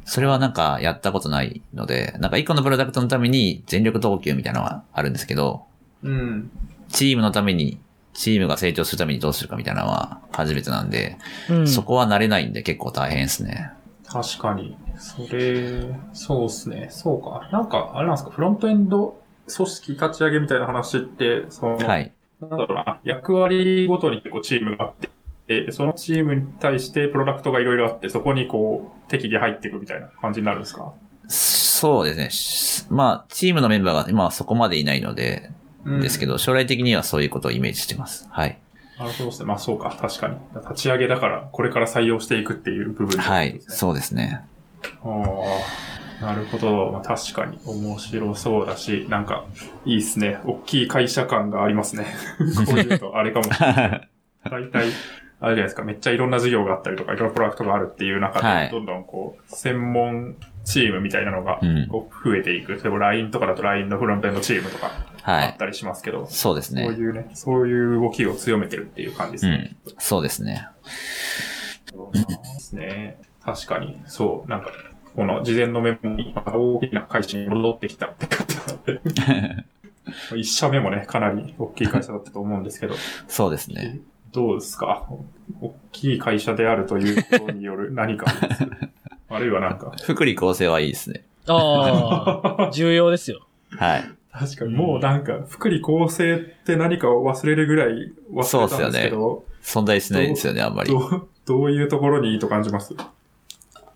S1: それはなんかやったことないので、なんか一個のプロダクトのために全力投球みたいなのはあるんですけど、
S3: うん。
S1: チームのために、チームが成長するためにどうするかみたいなのは初めてなんで、
S2: うん。
S1: そこは慣れないんで結構大変ですね。
S3: 確かに。それ、そうですね。そうか。なんか、あれなんですか、フロントエンド組織立ち上げみたいな話って、その、
S1: はい。
S3: なんだろうな、役割ごとに結構チームがあって、でそのチームに対してプロダクトがいろいろあって、そこにこう、適宜入っていくみたいな感じになるんですか
S1: そうですねし。まあ、チームのメンバーが今はそこまでいないので、ですけ
S3: ど。
S1: ど、将来的にはそういうことをイメージしてます。はい。
S3: なるほどですね。まあそうか、確かに。立ち上げだから、これから採用していくっていう部分、
S1: はい、
S3: そう
S1: そうです
S3: *laughs*
S1: ね。
S3: ああ、なるほど。まあ、確かに面白そうだし、なんか、いいですね。大きい会社感がありま
S1: *laughs*
S3: すね。こういうと、あれかも。
S1: は
S3: 大体、あれじゃないですか。めっちゃいろんな事業があったりとか、いろんなプロダクトがあるっていう中で、
S1: はい
S3: どんどんこう、専門チームみたいなのが
S1: うん、
S3: こう増えていく。例えば LINE とかだと LINE のフロントエンドチームとか、あっ
S1: い。
S3: たりしますけど、
S1: そうです
S3: そう
S1: ね。
S3: いうね、そういう動きを強めてるっていう感じです
S1: う
S3: ね。
S1: ん。そうですね。
S3: そうですね。確かに、そう、なんか、この事前のメモに、また大きな会社に戻ってきたって感じ
S1: *laughs*
S3: なので、一社目もね、かなり大きい会社だったと思うんですけど、
S1: そうですね。
S3: どうですか大きい会社であるということによる
S1: *laughs*
S3: 何か、あるいはなんか、
S1: 福利厚生はいいですね。
S2: ああ、重要ですよ。
S1: はい。
S3: 確かにもうなんか、福利厚生って何かを忘れるぐらい忘れたんですけど、
S1: 存在しないんですよね、あんまり。
S3: どうどういうところにいいと感じます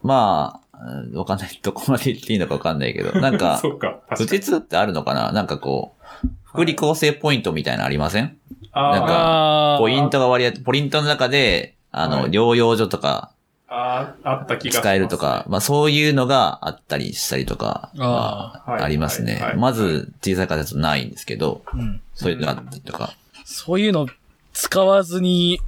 S1: まあ、うんわかんない。どこまで言っていいのかわかんないけ
S3: *laughs*
S1: ど。なんか、
S3: そっか、
S1: 不
S3: 確かに。
S1: 実ってあるのかななんかこう、福利厚生ポイントみたいなのありません
S3: あー
S1: なんか
S2: ああ。
S1: ポイントが割り当て、ポイントの中で、あの、
S3: はい
S1: 療養所とか
S3: あーあった気がします
S1: 使えるとか、まあそういうのがあったりしたりとか、
S2: あ
S1: まああります
S3: はい
S1: ね
S3: はいは。い
S1: まず、小さい方だとないんですけど、
S2: うん。
S1: そういうのがあったりとか。
S2: そういうの使わずに、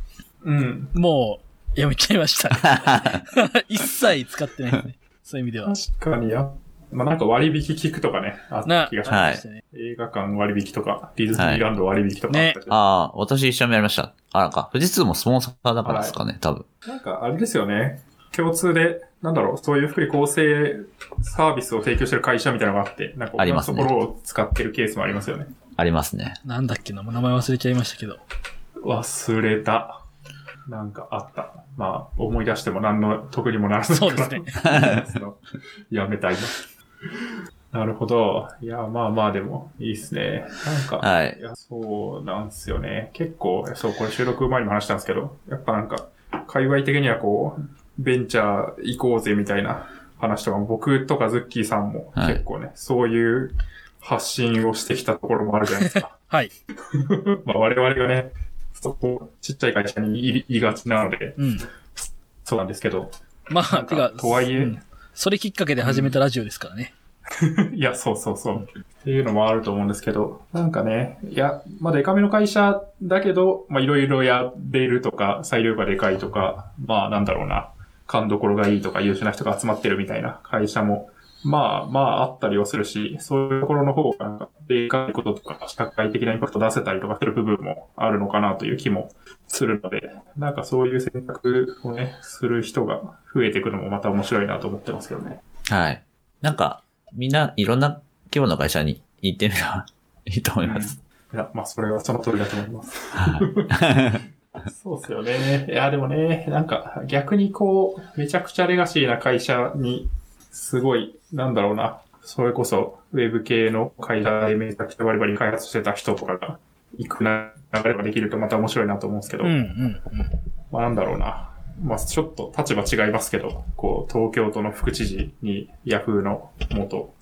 S3: うん。
S2: もう、やめちゃいました。 *laughs* 一切使ってないですね。そういう意味では。
S3: 確かにや、まあ、なんか割引聞くとかね、あった気がしま
S1: な
S3: す。
S1: はい
S2: い。
S3: 映画館割引とか、ディズニーランド割引とかあったけど、
S1: ああ、私一緒にやりました。あ、なんか、富士通もスポンサーだからですかね、多分。
S3: なんかあれですよね、共通で、なんだろう、そういう福利厚生サービスを提供してる会社みたいなのがあって、なんか
S1: あ
S3: 他
S1: りま
S3: の
S1: す
S3: と
S1: ね
S3: ころを使ってるケースもありますよね。
S1: ありますね。
S2: なんだっけな、もう名前忘れちゃいましたけど。
S3: 忘れた。なんかあった。まあ、思い出しても何の得にもならず
S2: そうですね。
S3: *laughs* やめたいな。なるほど。いや、まあまあでも、いいですね。なんか、
S1: はい。
S3: いや、そうなんですよね。結構、そう、これ収録前にも話したんですけど、やっぱなんか、界隈的にはこう、ベンチャー行こうぜみたいな話とかも、僕とかズッキーさんも
S1: はい
S3: 結構ね、そういう発信をしてきたところもあるじゃないで
S1: *laughs*
S3: すか。
S2: はい。
S3: まあ我々がね、そこ、ちっちゃい会社にいいがちなので、
S2: うん。
S3: そうなんですけど、
S2: ま
S3: な
S2: あ、
S3: ん
S2: て
S3: か
S2: か、
S3: とはいえ
S2: うんそれきっかけで始めたラジオですからね。
S3: *laughs* いや、そうそうそう。っていうのもあると思うんですけど、なんかね、いや、まあ、デカめの会社だけど、まあ、いろいろやっているとか、裁量がでかいとか、まあ、なんだろうな、勘どころがいいとか、優秀な人が集まってるみたいな会社も、まあまああったりはするし、そういうところの方が、なんか、でかいこととか、社会的なインパクト出せたりとかする部分もあるのかなという気もするので、なんかそういう選択をね、する人が増えていくのもまた面白いなと思ってますけどね。
S1: はい。なんか、みんないろんな規模の会社に行ってみれば *laughs* いいと思います。
S3: いや、まあ、それはその通りだと思います。
S1: はい。
S3: *laughs* そうですよね。いや、でもね、なんか逆にこう、めちゃくちゃレガシーな会社に、すごい、なんだろうな、それこそウェブ系の会社でめちゃくちゃバリバリ開発してた人とかが行くな流れができるとまた面白いなと思うんですけど、
S2: うんうんうん。
S3: まあなんだろうな、まあちょっと立場違いますけど、こう、東京都の副知事にヤフーの元、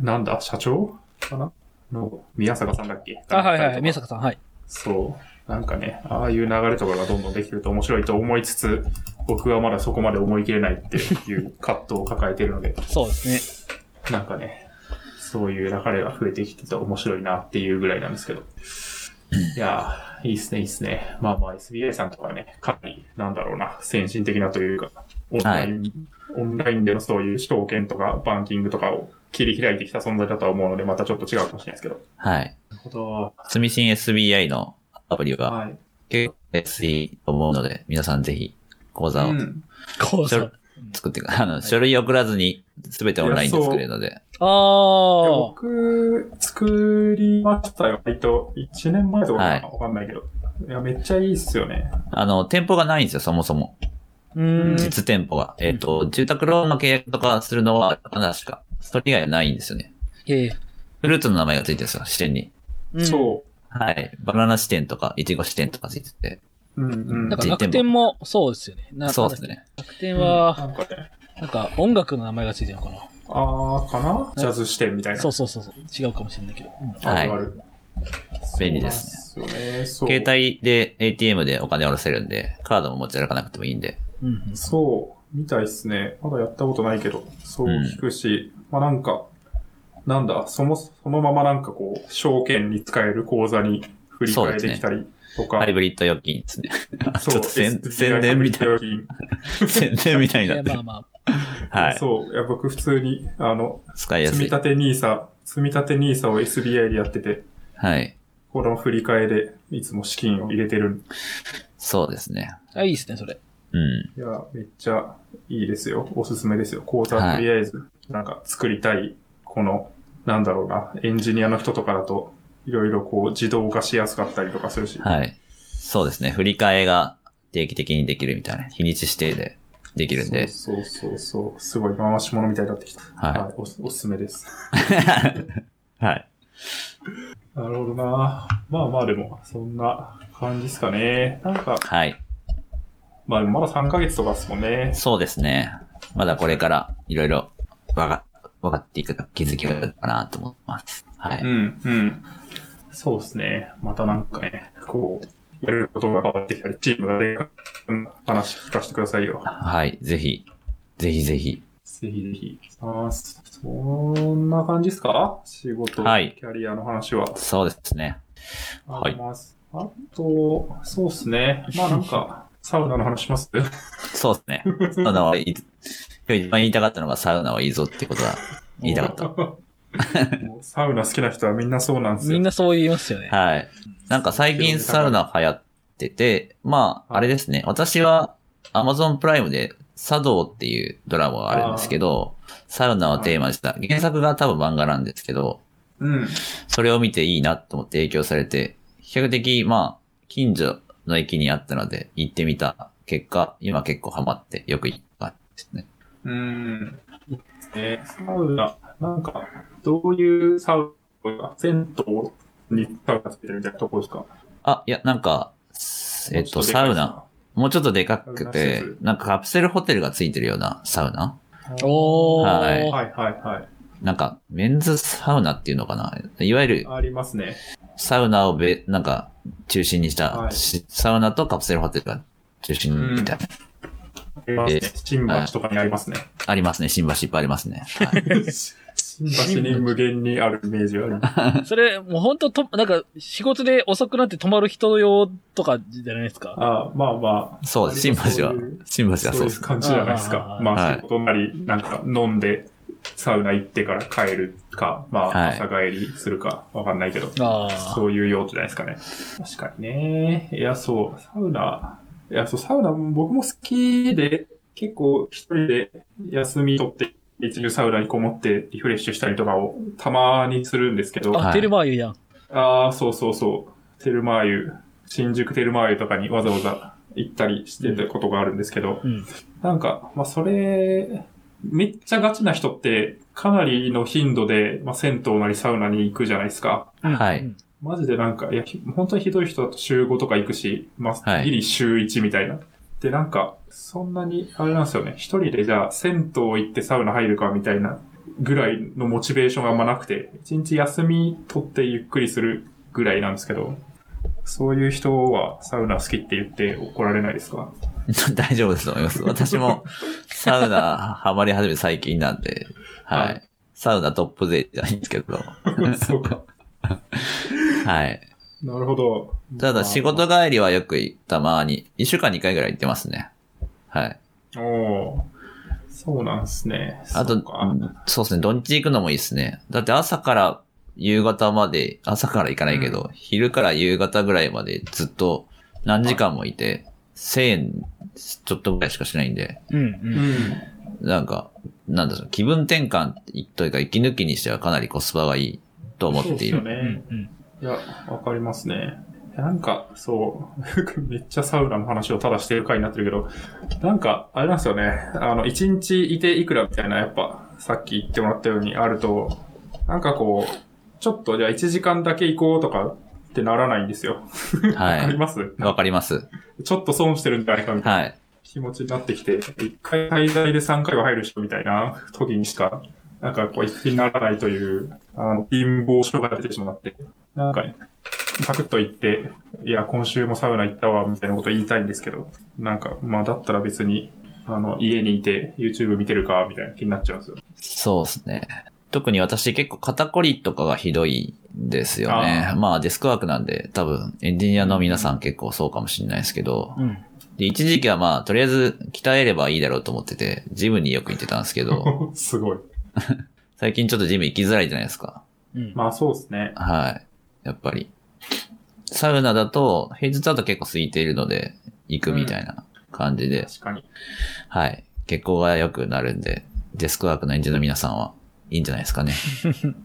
S3: なんだ、社長かなの宮坂さんだっけ
S2: あ、はいはいはい。宮
S3: 宮
S2: 坂さん、はい。
S3: そう。なんかね、ああいう流れとかがどんどんできると面白いと思いつつ、僕はまだそこまで思い切れないっていう葛藤を抱えてるので、 *laughs*
S2: そうですね。
S3: なんかね、そういう流れが増えてきてて面白いなっていうぐらいなんですけど。いやー、いいっすね、いいっすね。まあまあ SBA さんとかはね、かなり、なんだろうな、先進的なというか、オンライン、オンラインでのそういう証券とかバンキングとかを切り開いてきた存在だとは思うので、またちょっと違うかもしれないですけど。
S1: はい。
S3: なるほど。
S1: 積み新 SBI のアプリは
S3: はい。
S1: 結構安いと思うので、皆さんぜひ講座を
S3: うん
S2: こ
S1: そ
S2: うさ。
S1: れ作ってく、あの、書類送らずに全てオンラインで作れるので。
S2: あ
S3: いや
S2: あ。
S3: 僕、作りましたよ。割と、1年前とか
S1: はい
S3: かなわかんないけど。いや、めっちゃいいっすよね。
S1: あの、店舗がないんですよ、そもそも。
S2: うーん。
S1: 実店舗が。えっ、と、住宅ローンの契約とかするのは、話か。それ以外はないんですよね。
S2: ええ
S1: フルーツの名前がついてるんですよ、支店に。
S2: うん
S3: そ
S1: はい。バナナ支店とか、いちご支店とかついてて。
S3: う。うんうん。
S2: なんか楽天もそうですよね。な
S1: そうです。ね。
S2: 楽天
S3: な
S2: は、
S3: んかね、
S2: なんか音楽の名前がついてるのかな。
S3: あーかなジャズ視点みたいな。
S2: そうそうそうそう。違うかもしれないけど。うん
S1: はい
S3: あるある。
S1: 便利です
S3: そうなんすよね。そう
S1: 携帯で ATM でお金下ろせるんで、カードも持ち歩かなくてもいいんで。
S2: うんうん。
S3: そう、みたいっすね。まだやったことないけど、そう聞くし、まあなんか、なんだ、そも、そのままなんかこう、証券に使える口座に振り替えできたりとか。
S1: ハイブリッド預金ですね。 *laughs*
S3: そう
S1: ちょっと宣
S3: SBI
S1: 宣伝みたいな
S3: *laughs* ハイブリッド料金
S1: 宣伝みたいに
S2: い
S1: な
S2: や、
S1: って
S2: ま
S1: る
S2: あ。ま
S1: はい。
S3: そう。いや、僕普通に、あの、
S1: 使いや
S3: 積
S1: す
S3: み
S1: い。
S3: 立て NISA、積み立て NISA を SBI でやってて、
S1: はい。
S3: この振り替えでいつも資金を入れてる。
S1: そうですね。
S2: あ。あ、いいですね、それ。
S1: うん。
S3: いや、めっちゃいいですよ。おすすめですよ。講座とりあえず、なんか作りたい、この、なんだろうな、エンジニアの人とかだと、いろいろこう自動化しやすかったりとかするし。
S1: はい。そうですね。振り替えが定期的にできるみたいな。日にち指定でできるんで。
S3: そうそうそうそう。すごい回し物みたいになってきた。
S1: はい
S3: おす。おすすめです。
S1: *laughs* はい。
S3: なるほどな。まあまあでも、そんな感じですかね。なんか、
S1: はい。
S3: まあ、まだ3ヶ月とかですもんね。
S1: そうですね。まだこれからいろいろわが、わかっていく気づきがあるかなと思います。は
S3: う
S1: い。
S3: ん、うん。そうですね。またなんかね、こう、やることが変わってきたり、チームがでかうん話聞かせてくださいよ。
S1: はい。ぜひ、ぜひぜひ。
S3: ぜひぜひ。あーそそんな感じですか仕事、
S1: はい
S3: キャリアの話は。
S1: そうですね。
S3: あります。あと、そうですね。まあなんか、サウナの話します
S1: そうですね。サウナはいい。今日一番言いたかったのがサウナはいいぞってことは言いたかった。
S3: た。 *laughs* もうサウナ好きな人はみんなそうなんですよ。
S2: みんなそう言いますよね。
S1: はい。なんか最近サウナ流行ってて、まあ、あれですね。私は Amazon プライムで茶道っていうドラマがあるんですけど、サウナをテーマにした、原作が多分漫画なんですけど、
S3: うん。
S1: それを見ていいなと思って影響されて、比較的、まあ、近所の駅にあったので、行ってみた結果、今結構ハマってよく行ったんですね。
S3: うん。えーサウナ、なんか、どういうサウナ、銭湯にサウナついてるみたいなとこですか
S1: あ、いや、なんか、えっと、サウナ。。もうちょっとでか
S3: サウ
S1: く
S3: ナ施
S1: て
S3: 設、
S1: なんかカプセルホテルがついてるようなサウナ
S2: おー。
S1: はい
S3: はいはいはい。
S1: なんか、メンズサウナっていうのかないわゆる
S3: ありますね。
S1: サウナをべ、なんか、中心にした、
S3: はい
S1: しサウナとカプセルホテルが中心みたいな、
S3: ありますね新橋とかにありますね。
S1: ありますね。新橋いっぱいありますね。
S3: *laughs*
S1: はい、
S3: 新橋に無限にあるイメージがあります。
S2: それ、もう本当と、なんか、仕事で遅くなって泊まる人用とかじゃないですか。
S3: ああまあまあ。
S1: そうです。新橋は
S3: そういう、
S1: 新橋はそう
S3: そう
S1: で
S3: いう
S1: す。
S3: 感じじゃないですか
S2: あ。ー
S1: は
S3: まあ、
S1: い
S3: 仕事なり、なんか飲んで、サウナ行ってから帰るか、ま
S1: は
S3: あ、
S1: い
S3: 朝帰りするか、わかんないけど。
S2: ああ。
S3: そういう用途じゃないですかね。確かにね。いや、そう、サウナ、いや、そう、サウナ、僕も好きで、結構一人で休み取って、一流サウナにこもってリフレッシュしたりとかをたまにするんですけど、
S2: あ、
S1: はい
S2: テルマーユやん。
S3: ああ、そうそうそう、テルマーユ、新宿テルマーユとかにわざわざ行ったりしてたことがあるんですけど、
S2: うん。
S3: なんか、まあ、それ、めっちゃガチな人って、かなりの頻度で、まあ、銭湯なりサウナに行くじゃないですか。
S1: は
S2: う
S1: い。
S2: ん
S3: マジでなんか、いや、ひ本当にひどい人だと週5とか行くし、ま
S1: は
S3: あ、
S1: い
S3: ギリ週1みたいな。で、なんか、そんなに、あれなんですよね。一人でじゃあ、銭湯行ってサウナ入るかみたいなぐらいのモチベーションがあんまなくて、一日休み取ってゆっくりするぐらいなんですけど、そういう人はサウナ好きって言って怒られないで
S1: *laughs*
S3: すか
S1: 大丈夫ですと思います。私も、サウナハマり始めて最近なんで、はい。
S3: は
S1: サウナトップ勢じゃないんですけど、は
S3: *laughs* そうか。
S1: い。
S3: なるほど。
S1: ただ仕事帰りはよくたまに、一週間に一回ぐらい行ってますね。はい。
S3: おおーそうなんですね。
S1: あ
S3: そ
S1: と
S3: うか、
S1: そうですね、土日行くのもいいですね。だって朝から夕方まで、朝から行かないけど、昼から夕方ぐらいまでずっと何時間もいて、1000円ちょっとぐらいしかしないんで、
S2: うん。う。
S3: うんん。
S1: なんか、なんだろう、気分転換というか息抜きにしてはかなりコスパがいいと思ってい
S3: そう
S1: る。
S3: ですよ
S2: う
S3: ね。
S2: ん。
S3: いや、わかりますね。いやなんか、そう、めっちゃサウナの話をただしてる回になってるけど、なんか、あれなんですよね。あの、一日いていくらみたいな、やっぱ、さっき言ってもらったようにあると、なんかこう、ちょっとじゃあ1時間だけ行こうとかってならないんですよ。わ、
S1: は
S3: かり
S1: い。
S3: ます
S1: わかります。
S3: ちょっと損してるんじゃないかみたいな
S1: はい。
S3: 気持ちになってきて、1回最大で3回は入る人みたいな時にしか、なんかこう、一気にならないという、あの、貧乏症が出てしまって、なんかね、サクッと言って、いや、今週もサウナ行ったわ、みたいなこと言いたいんですけど、なんか、まあ、だったら別に、あの、家にいて YouTube 見てるか、みたいな気になっちゃうんですよ。
S1: そうですね。特に私結構肩こりとかがひどいんですよね。
S3: あ
S1: まあデスクワークなんで多分エンジニアの皆さん結構そうかもしれないですけど、
S2: うん。
S1: で一時期はまあとりあえず鍛えればいいだろうと思ってて、ジムによく行ってたんですけ
S2: *laughs*
S1: ど、
S3: *laughs* すごい。
S1: 最近ちょっとジム行きづらいじゃないですか。
S2: うん。
S3: まあ、そうですね。
S1: はい。やっぱり。サウナだと平日だと結構空いているので行くみたいな感じで、
S3: 確
S2: *laughs*
S3: かに。
S1: はい。血行が良くなるんで、デスクワークのエンジニアの皆さんはいいんじゃないです
S2: *laughs*
S1: かね。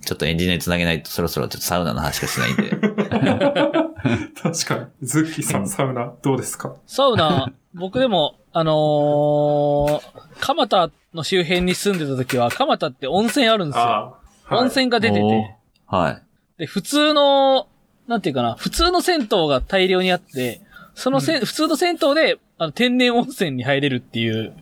S1: ちょっとエンジニアにつなげないとそろそろちょっとサウナの話しかしないんで。
S3: 確かに。ズッキーさん、サウナ、どうですか
S2: サウナ、僕でも、あのー、蒲田の周辺に住んでた時は、蒲田って温泉あるんですよ。
S3: あはい
S2: 温泉 *laughs* が出て
S1: おー
S2: て。。
S1: はい。
S2: で、普通の、なんていうかな、普通の銭湯が大量にあって、そのせん、普通の銭湯で、あの、天然温泉に入れるっていう、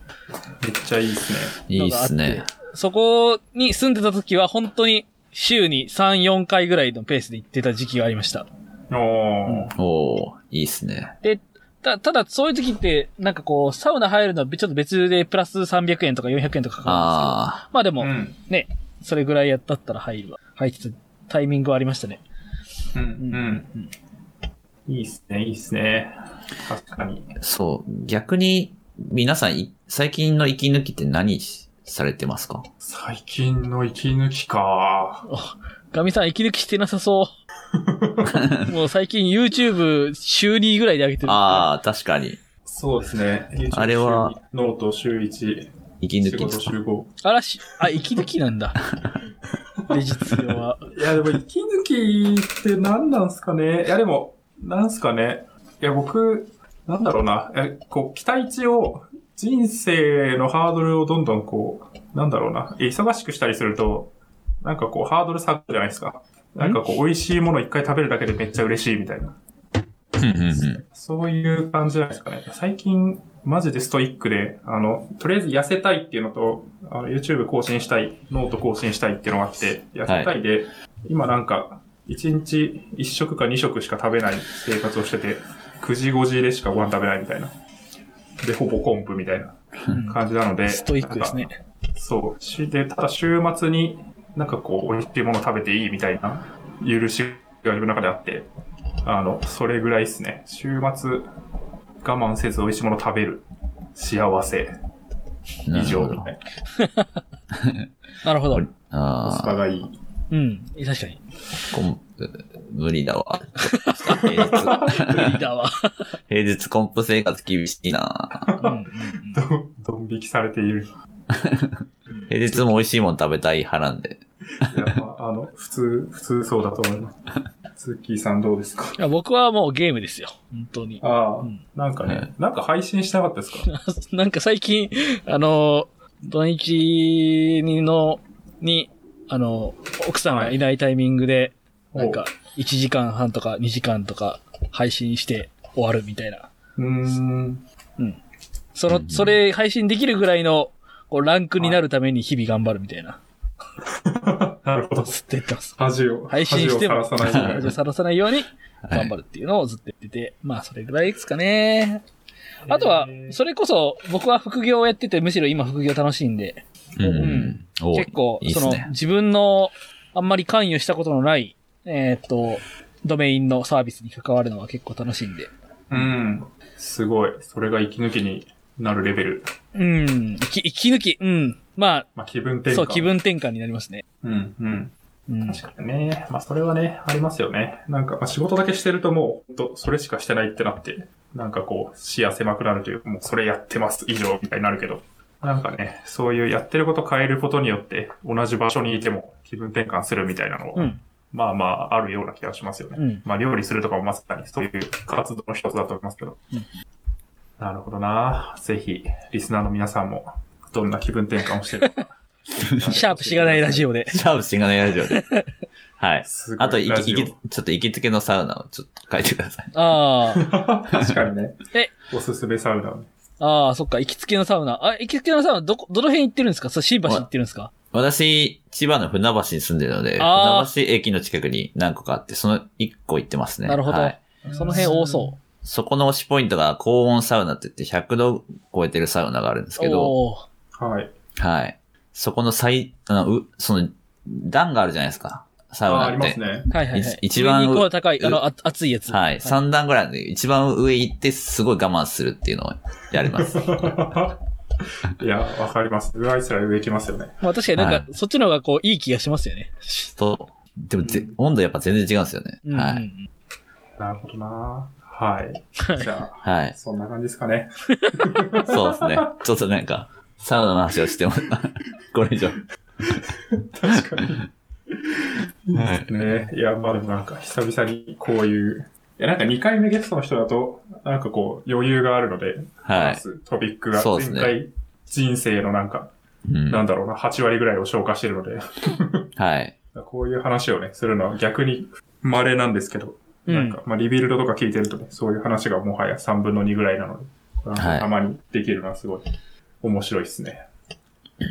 S3: めっちゃいいですね。
S1: いいっすね。
S2: そこに住んでた時は本当に週に3、4回ぐらいのペースで行ってた時期がありました。
S3: おー。
S2: うん
S1: おー、いいっすね。
S2: で、た、ただそういう時って、なんかこう、サウナ入るのはちょっと別でプラス300円とか400円とかかかるん
S1: あ
S2: ですけど、まあでも
S3: う、ん。
S2: ね、それぐらいやったったら入るわ。入ってたタイミングはありましたね。
S3: うん。
S2: うん
S3: うん。いいっすね、いいっすね。確かに。
S1: ー、そう。逆に、皆さんい、最近の息抜きって何しされてますか
S3: 最近の息抜きか。
S2: ガミさん、息抜きしてなさ
S1: *laughs*
S2: そう。もう最近 YouTube 週2ぐらいで上げてる。
S1: あー、確かに。
S3: そうですね。
S1: あれは
S3: 週に、ノート週1、
S1: 息
S3: 仕
S1: 抜きで
S3: 事
S1: す
S3: 週
S1: か
S3: 5。
S2: あらし、あ、息抜きなん
S1: *laughs*
S2: だ。で、実用は。
S3: いや、でも息抜きって何なんすかね。いや、でも、なんすかね。いや、僕、なんだろうな、え、こう、期待値を、人生のハードルをどんどんこう、なんだろうな、え忙しくしたりすると、なんかこう、ハードル下がるじゃないですか。なんかこう、美味しいもの一回食べるだけでめっちゃ嬉しいみたいな。
S1: うんうんうん。
S3: そういう感じじゃないですかね。最近、マジでストイックで、あの、とりあえず痩せたいっていうのと、あの YouTube 更新したい、ノート更新したいっていうのがあって、痩せたいで、今なんか、1日1食か2食しか食べない生活をしてて、9時5時でしかご飯食べないみたいな。で、ほぼコンプみたいな感じなので。
S2: ストイックですね。
S3: そう。しで、ただ週末になんかこう、美味しいもの食べていいみたいな、許しが自分の中であって、あの、それぐらいですね。週末、我慢せず美味しいもの食べる。幸せ。
S1: な
S3: 以
S1: る
S3: 上
S1: ほ
S3: み
S1: ど
S3: たい
S2: なるほど。
S3: な。コスパ
S1: ああ、
S3: がいい。
S2: うん。確かに。
S1: こん無理だ
S3: *laughs*
S1: わ。平日、
S2: 無理だわ。
S1: 平日コンプ生活厳しいな
S2: うんうんうん
S3: ど、ドン引きされている。
S1: 平日も美味しいもん食べたい派なんで。
S3: いや、まあ、あの、普通、普通そうだと思います。ツッキーさんどうですか
S2: いや僕はもうゲームですよ。本当に。
S3: ああ、
S2: うん
S3: なんか
S1: ね
S3: ね、なんか配信してなかったで
S2: *laughs*
S3: すか
S2: なんか最近、あの、土日にの、に、あの、奥さんがいないタイミングで、なんか、1時間半とか2時間とか配信して終わるみたいな。
S3: うーん。 *laughs*
S2: そうの
S1: ん、
S2: それ配信できるぐらいの、こう、ランクになるために日々頑張るみたいな。
S3: なるほど。
S2: ずっとやってます。
S3: 恥を、
S2: 配信しても
S3: 恥をさらさない
S2: 恥をさらさないように
S1: は
S2: 頑
S1: い
S2: 張。るっていうのをずっとやってて、まあ、それぐらいですかね。 *laughs* あとは、それこそ、僕は副業をやってて、むしろ今副業楽しいんで、
S1: うん
S2: う
S1: うんん。お
S2: 結構、
S1: いいっ
S2: そ
S1: す
S2: の
S1: ね、。
S2: 自分の、あんまり関与したことのない、えーっと、ドメインのサービスに関わるのは結構楽しいんで。
S3: うん。すごい。それが息抜きになるレベル。
S2: うん、息息抜き、うん。ま
S3: まあ、気分
S2: あ、
S3: 転換。
S2: そう、気。分転換になりますね。
S3: うん、うん。
S2: うん。
S3: 確かにね。まあ、それはね、ありますよね。なんか、まあ、仕事だけしてるともう、ほんと、それしかしてないってなって、なんかこう、視野狭くなるというか、もう、それやってます、以上、みたいになるけど。なんかね、そういうやってること変えることによって、同じ場所にいても気分転換するみたいなのは、
S2: うん。
S3: まあまあ、あるような気がしますよね。
S2: うん
S3: まあ、料理するとかもまさにそういう活動の一つだと思いますけど。
S2: うん
S3: なるほどな。ぜひ、リスナーの皆さんも、どんな気分転換をしてるのか。
S2: *laughs* シャープしがないラジオで。
S1: シャープシンガネラジオ
S3: *laughs*
S1: で。はい。
S3: すごい
S1: あと、い
S3: ラ
S1: き、
S3: ジオ
S1: いき、ちょっと行きつけのサウナをちょっと書いてください。
S2: あ
S3: *laughs*
S2: あ。
S3: 確かにね。
S2: え
S3: おすすめサウナをね。
S2: ああ、そっか、行きつけのサウナ。あ、行きつけのサウナ、どこ、どの辺行ってるんですかそう、新橋行ってるんですか
S1: 私、千葉の船橋に住んでるので、
S2: あー
S1: 船橋駅の近くに何個かあって、その1個行ってますね。
S2: なるほど
S1: はい
S2: その辺多そ
S1: そこの推しポイントが高温サウナって言って100度超えてるサウナがあるんです
S2: う。
S1: けど、
S2: おー
S3: はい。
S1: はい。そこの最、あの、う、その、段があるじゃないですか。サ
S3: あ
S1: ウ
S3: あ、
S1: ナ
S3: あり
S1: っ
S3: ます
S1: て。
S3: ね。
S2: はいはいはい
S1: い。一番
S2: 上に行こう高い、あの、あ熱いやつ。
S1: はい。
S2: 三
S1: 3段ぐらいで一番上行ってすごい我慢するっていうのをやり
S2: *laughs*
S1: ます。
S3: いや、わかります。うわいすら上行きますよね。
S2: まあ確かになんか
S1: は、
S2: そっちの方がこう、いい気がしますよね。
S1: と、でもぜ、温度やっぱ全然違うんですよね。
S2: うんうんう
S1: はい。
S2: ん。
S3: なるほどな。はい。じゃ
S1: は
S3: あ、
S1: い。
S3: そんな感じですかね。
S1: そうですね。ちょっとなんか、サウナの話をしても、 *laughs* これ以上。
S3: 確かに。
S1: *laughs* はい。
S3: ねいや、まあでもなんか久々にこういう、いやなんか2回目ゲストの人だと、なんかこう余裕があるので、
S1: はい
S3: 話。すトピックが、
S1: そうです
S3: 前
S1: ね
S3: 回人生のなんか、
S1: うん
S3: なんだろうな、8割ぐらいを消化してるので、 *laughs*
S1: はい。
S3: こういう話をね、するのは逆に稀なんですけど、
S2: うん
S3: なんか、まあリビルドとか聞いてるとね、そういう話がもはや3分の2ぐらいなので、なん
S1: は
S3: か
S1: い
S3: たまにできるのはすごい面白いですね。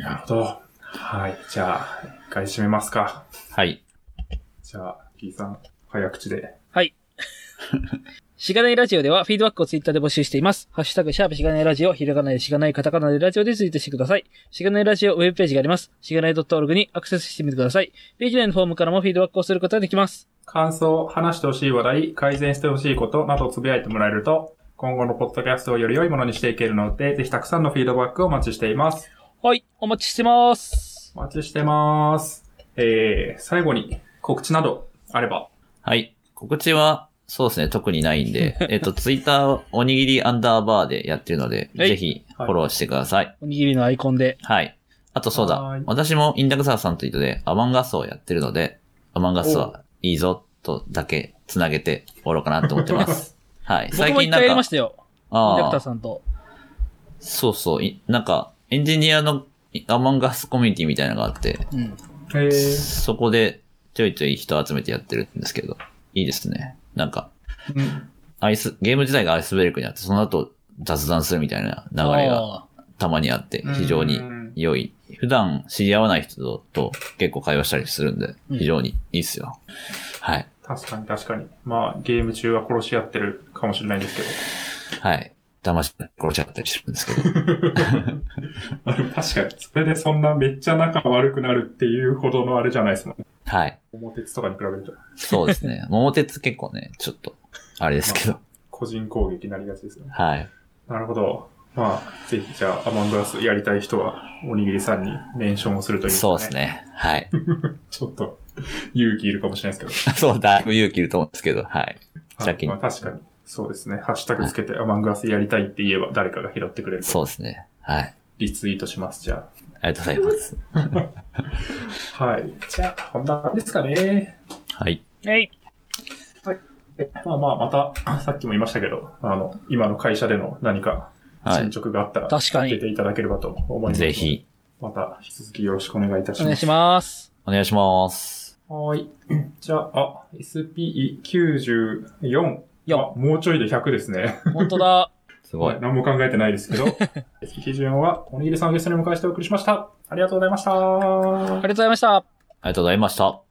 S3: なるほど。はい。じゃあ、一回締めますか。
S1: はい。
S3: じゃあ、キーさん、早口で。
S2: しがないラジオではフィードバックをツイッターで募集しています。ハッシュタグ、シャープしがないラジオ、ひらがないしがないカタカナでラジオでツイートしてください。しがないラジオウェブページがあります。しがない .org にアクセスしてみてください。ページ内のフォームからもフィードバックをすることができます。
S3: 感想、話してほしい話題、改善してほしいことなどをつぶやいてもらえると、今後のポッドキャストをより良いものにしていけるので、ぜひたくさんのフィードバックをお待ちしています。
S2: はい、お待ちしてます。
S3: お待ちしてます。えー、最後に告知などあれば。
S1: はい。告知は、そうですね、特にないん
S2: *laughs*
S1: で、えっと、ツイッター、おにぎりアンダーバーでやってるので、
S2: はい
S1: ぜひ、フォローしてください。
S2: おにぎりのアイコンで。
S1: はい。あと、そう
S3: は
S1: だ
S3: ーい。
S1: 私もインダクサーさんというとで、アマンガスをやってる
S2: *laughs*
S1: ので、アマンガスはいいぞ、とだけ、つなげて、おろうかなと思ってます。はい。
S2: 僕も一回やりましたよ。インダクタ
S1: あ
S2: ー
S1: あ、
S2: さんと。
S1: そうそう。いなんか、エンジニアのいアマンガスコミュニティみたいなのがあって、
S2: うん。
S3: へえー。
S1: そこでちょいちょい人集めてやってるんですけど、いいですね。なんか、
S3: うん。
S1: アイス、ゲーム自体がアイスブレイクにあって、その後雑談するみたいな流れが
S2: あー
S1: たまにあって、非常に
S3: うん
S1: 良い。普段知り合わない人とと結構会話したりするんで、
S2: うん
S1: 非常にいいっすよ。はい。
S3: 確かに確かに。まあ、ゲーム中は殺し合ってるかもしれないですけど。
S1: はい。騙して殺しちゃったりするんですけど。
S3: あでも *laughs* 確かに、それでそんなめっちゃ仲悪くなるっていうほどのあれじゃないですもんね。
S1: はい。
S3: 表鉄とかに比べると、
S1: そうですね。桃鉄結構ね、ちょっと、あれですけど。
S3: 個人攻撃になりがちですよね。
S1: はい。
S3: なるほど。まあ、ぜひ、じゃあ、アマングアスやりたい人は、おにぎりさんにメンションをするという、
S1: そうです。ね。はい。 *laughs*
S3: ちょっと、 *laughs* 勇気いるかもしれないですけど。
S1: そう、だいぶ勇気いると思うんですけど、はい。
S3: はい
S1: 借金
S3: まあ、確かに。そうですね。ハッシュタグつけて、アマングアスやりたいって言えば、誰かが拾ってくれる。
S1: そうですね。はい。
S3: リツイートします、じゃ
S1: ありがとうございます。
S3: あ。はい。じゃあ、こんな感じですかね。
S1: はい。
S2: はい。
S3: えまあまあ、また、 *laughs* さっきも言いましたけど、あの、今の会社での何か
S1: は
S3: 進
S1: い。
S3: 捗があったら、
S2: 確か
S3: 出
S2: に。
S3: ていただければと思います。
S1: ぜ。ひ、
S3: また、引き続きよろしくお願いいたし
S2: お
S3: ます
S2: 願い。します。
S1: お願いします。
S3: はい。 *clears throat* じゃあ、あ SPE94。
S2: よ
S3: あもうちょいで100ですね。
S2: 本当だ。
S1: すごい。
S3: *laughs* 何も考えてないです
S1: *laughs*
S3: けど。基準は、おにぎりさんをゲストにお迎えしてお送りしました。ありがとうございました。
S2: ありがとうございました。
S1: ありがとうございました。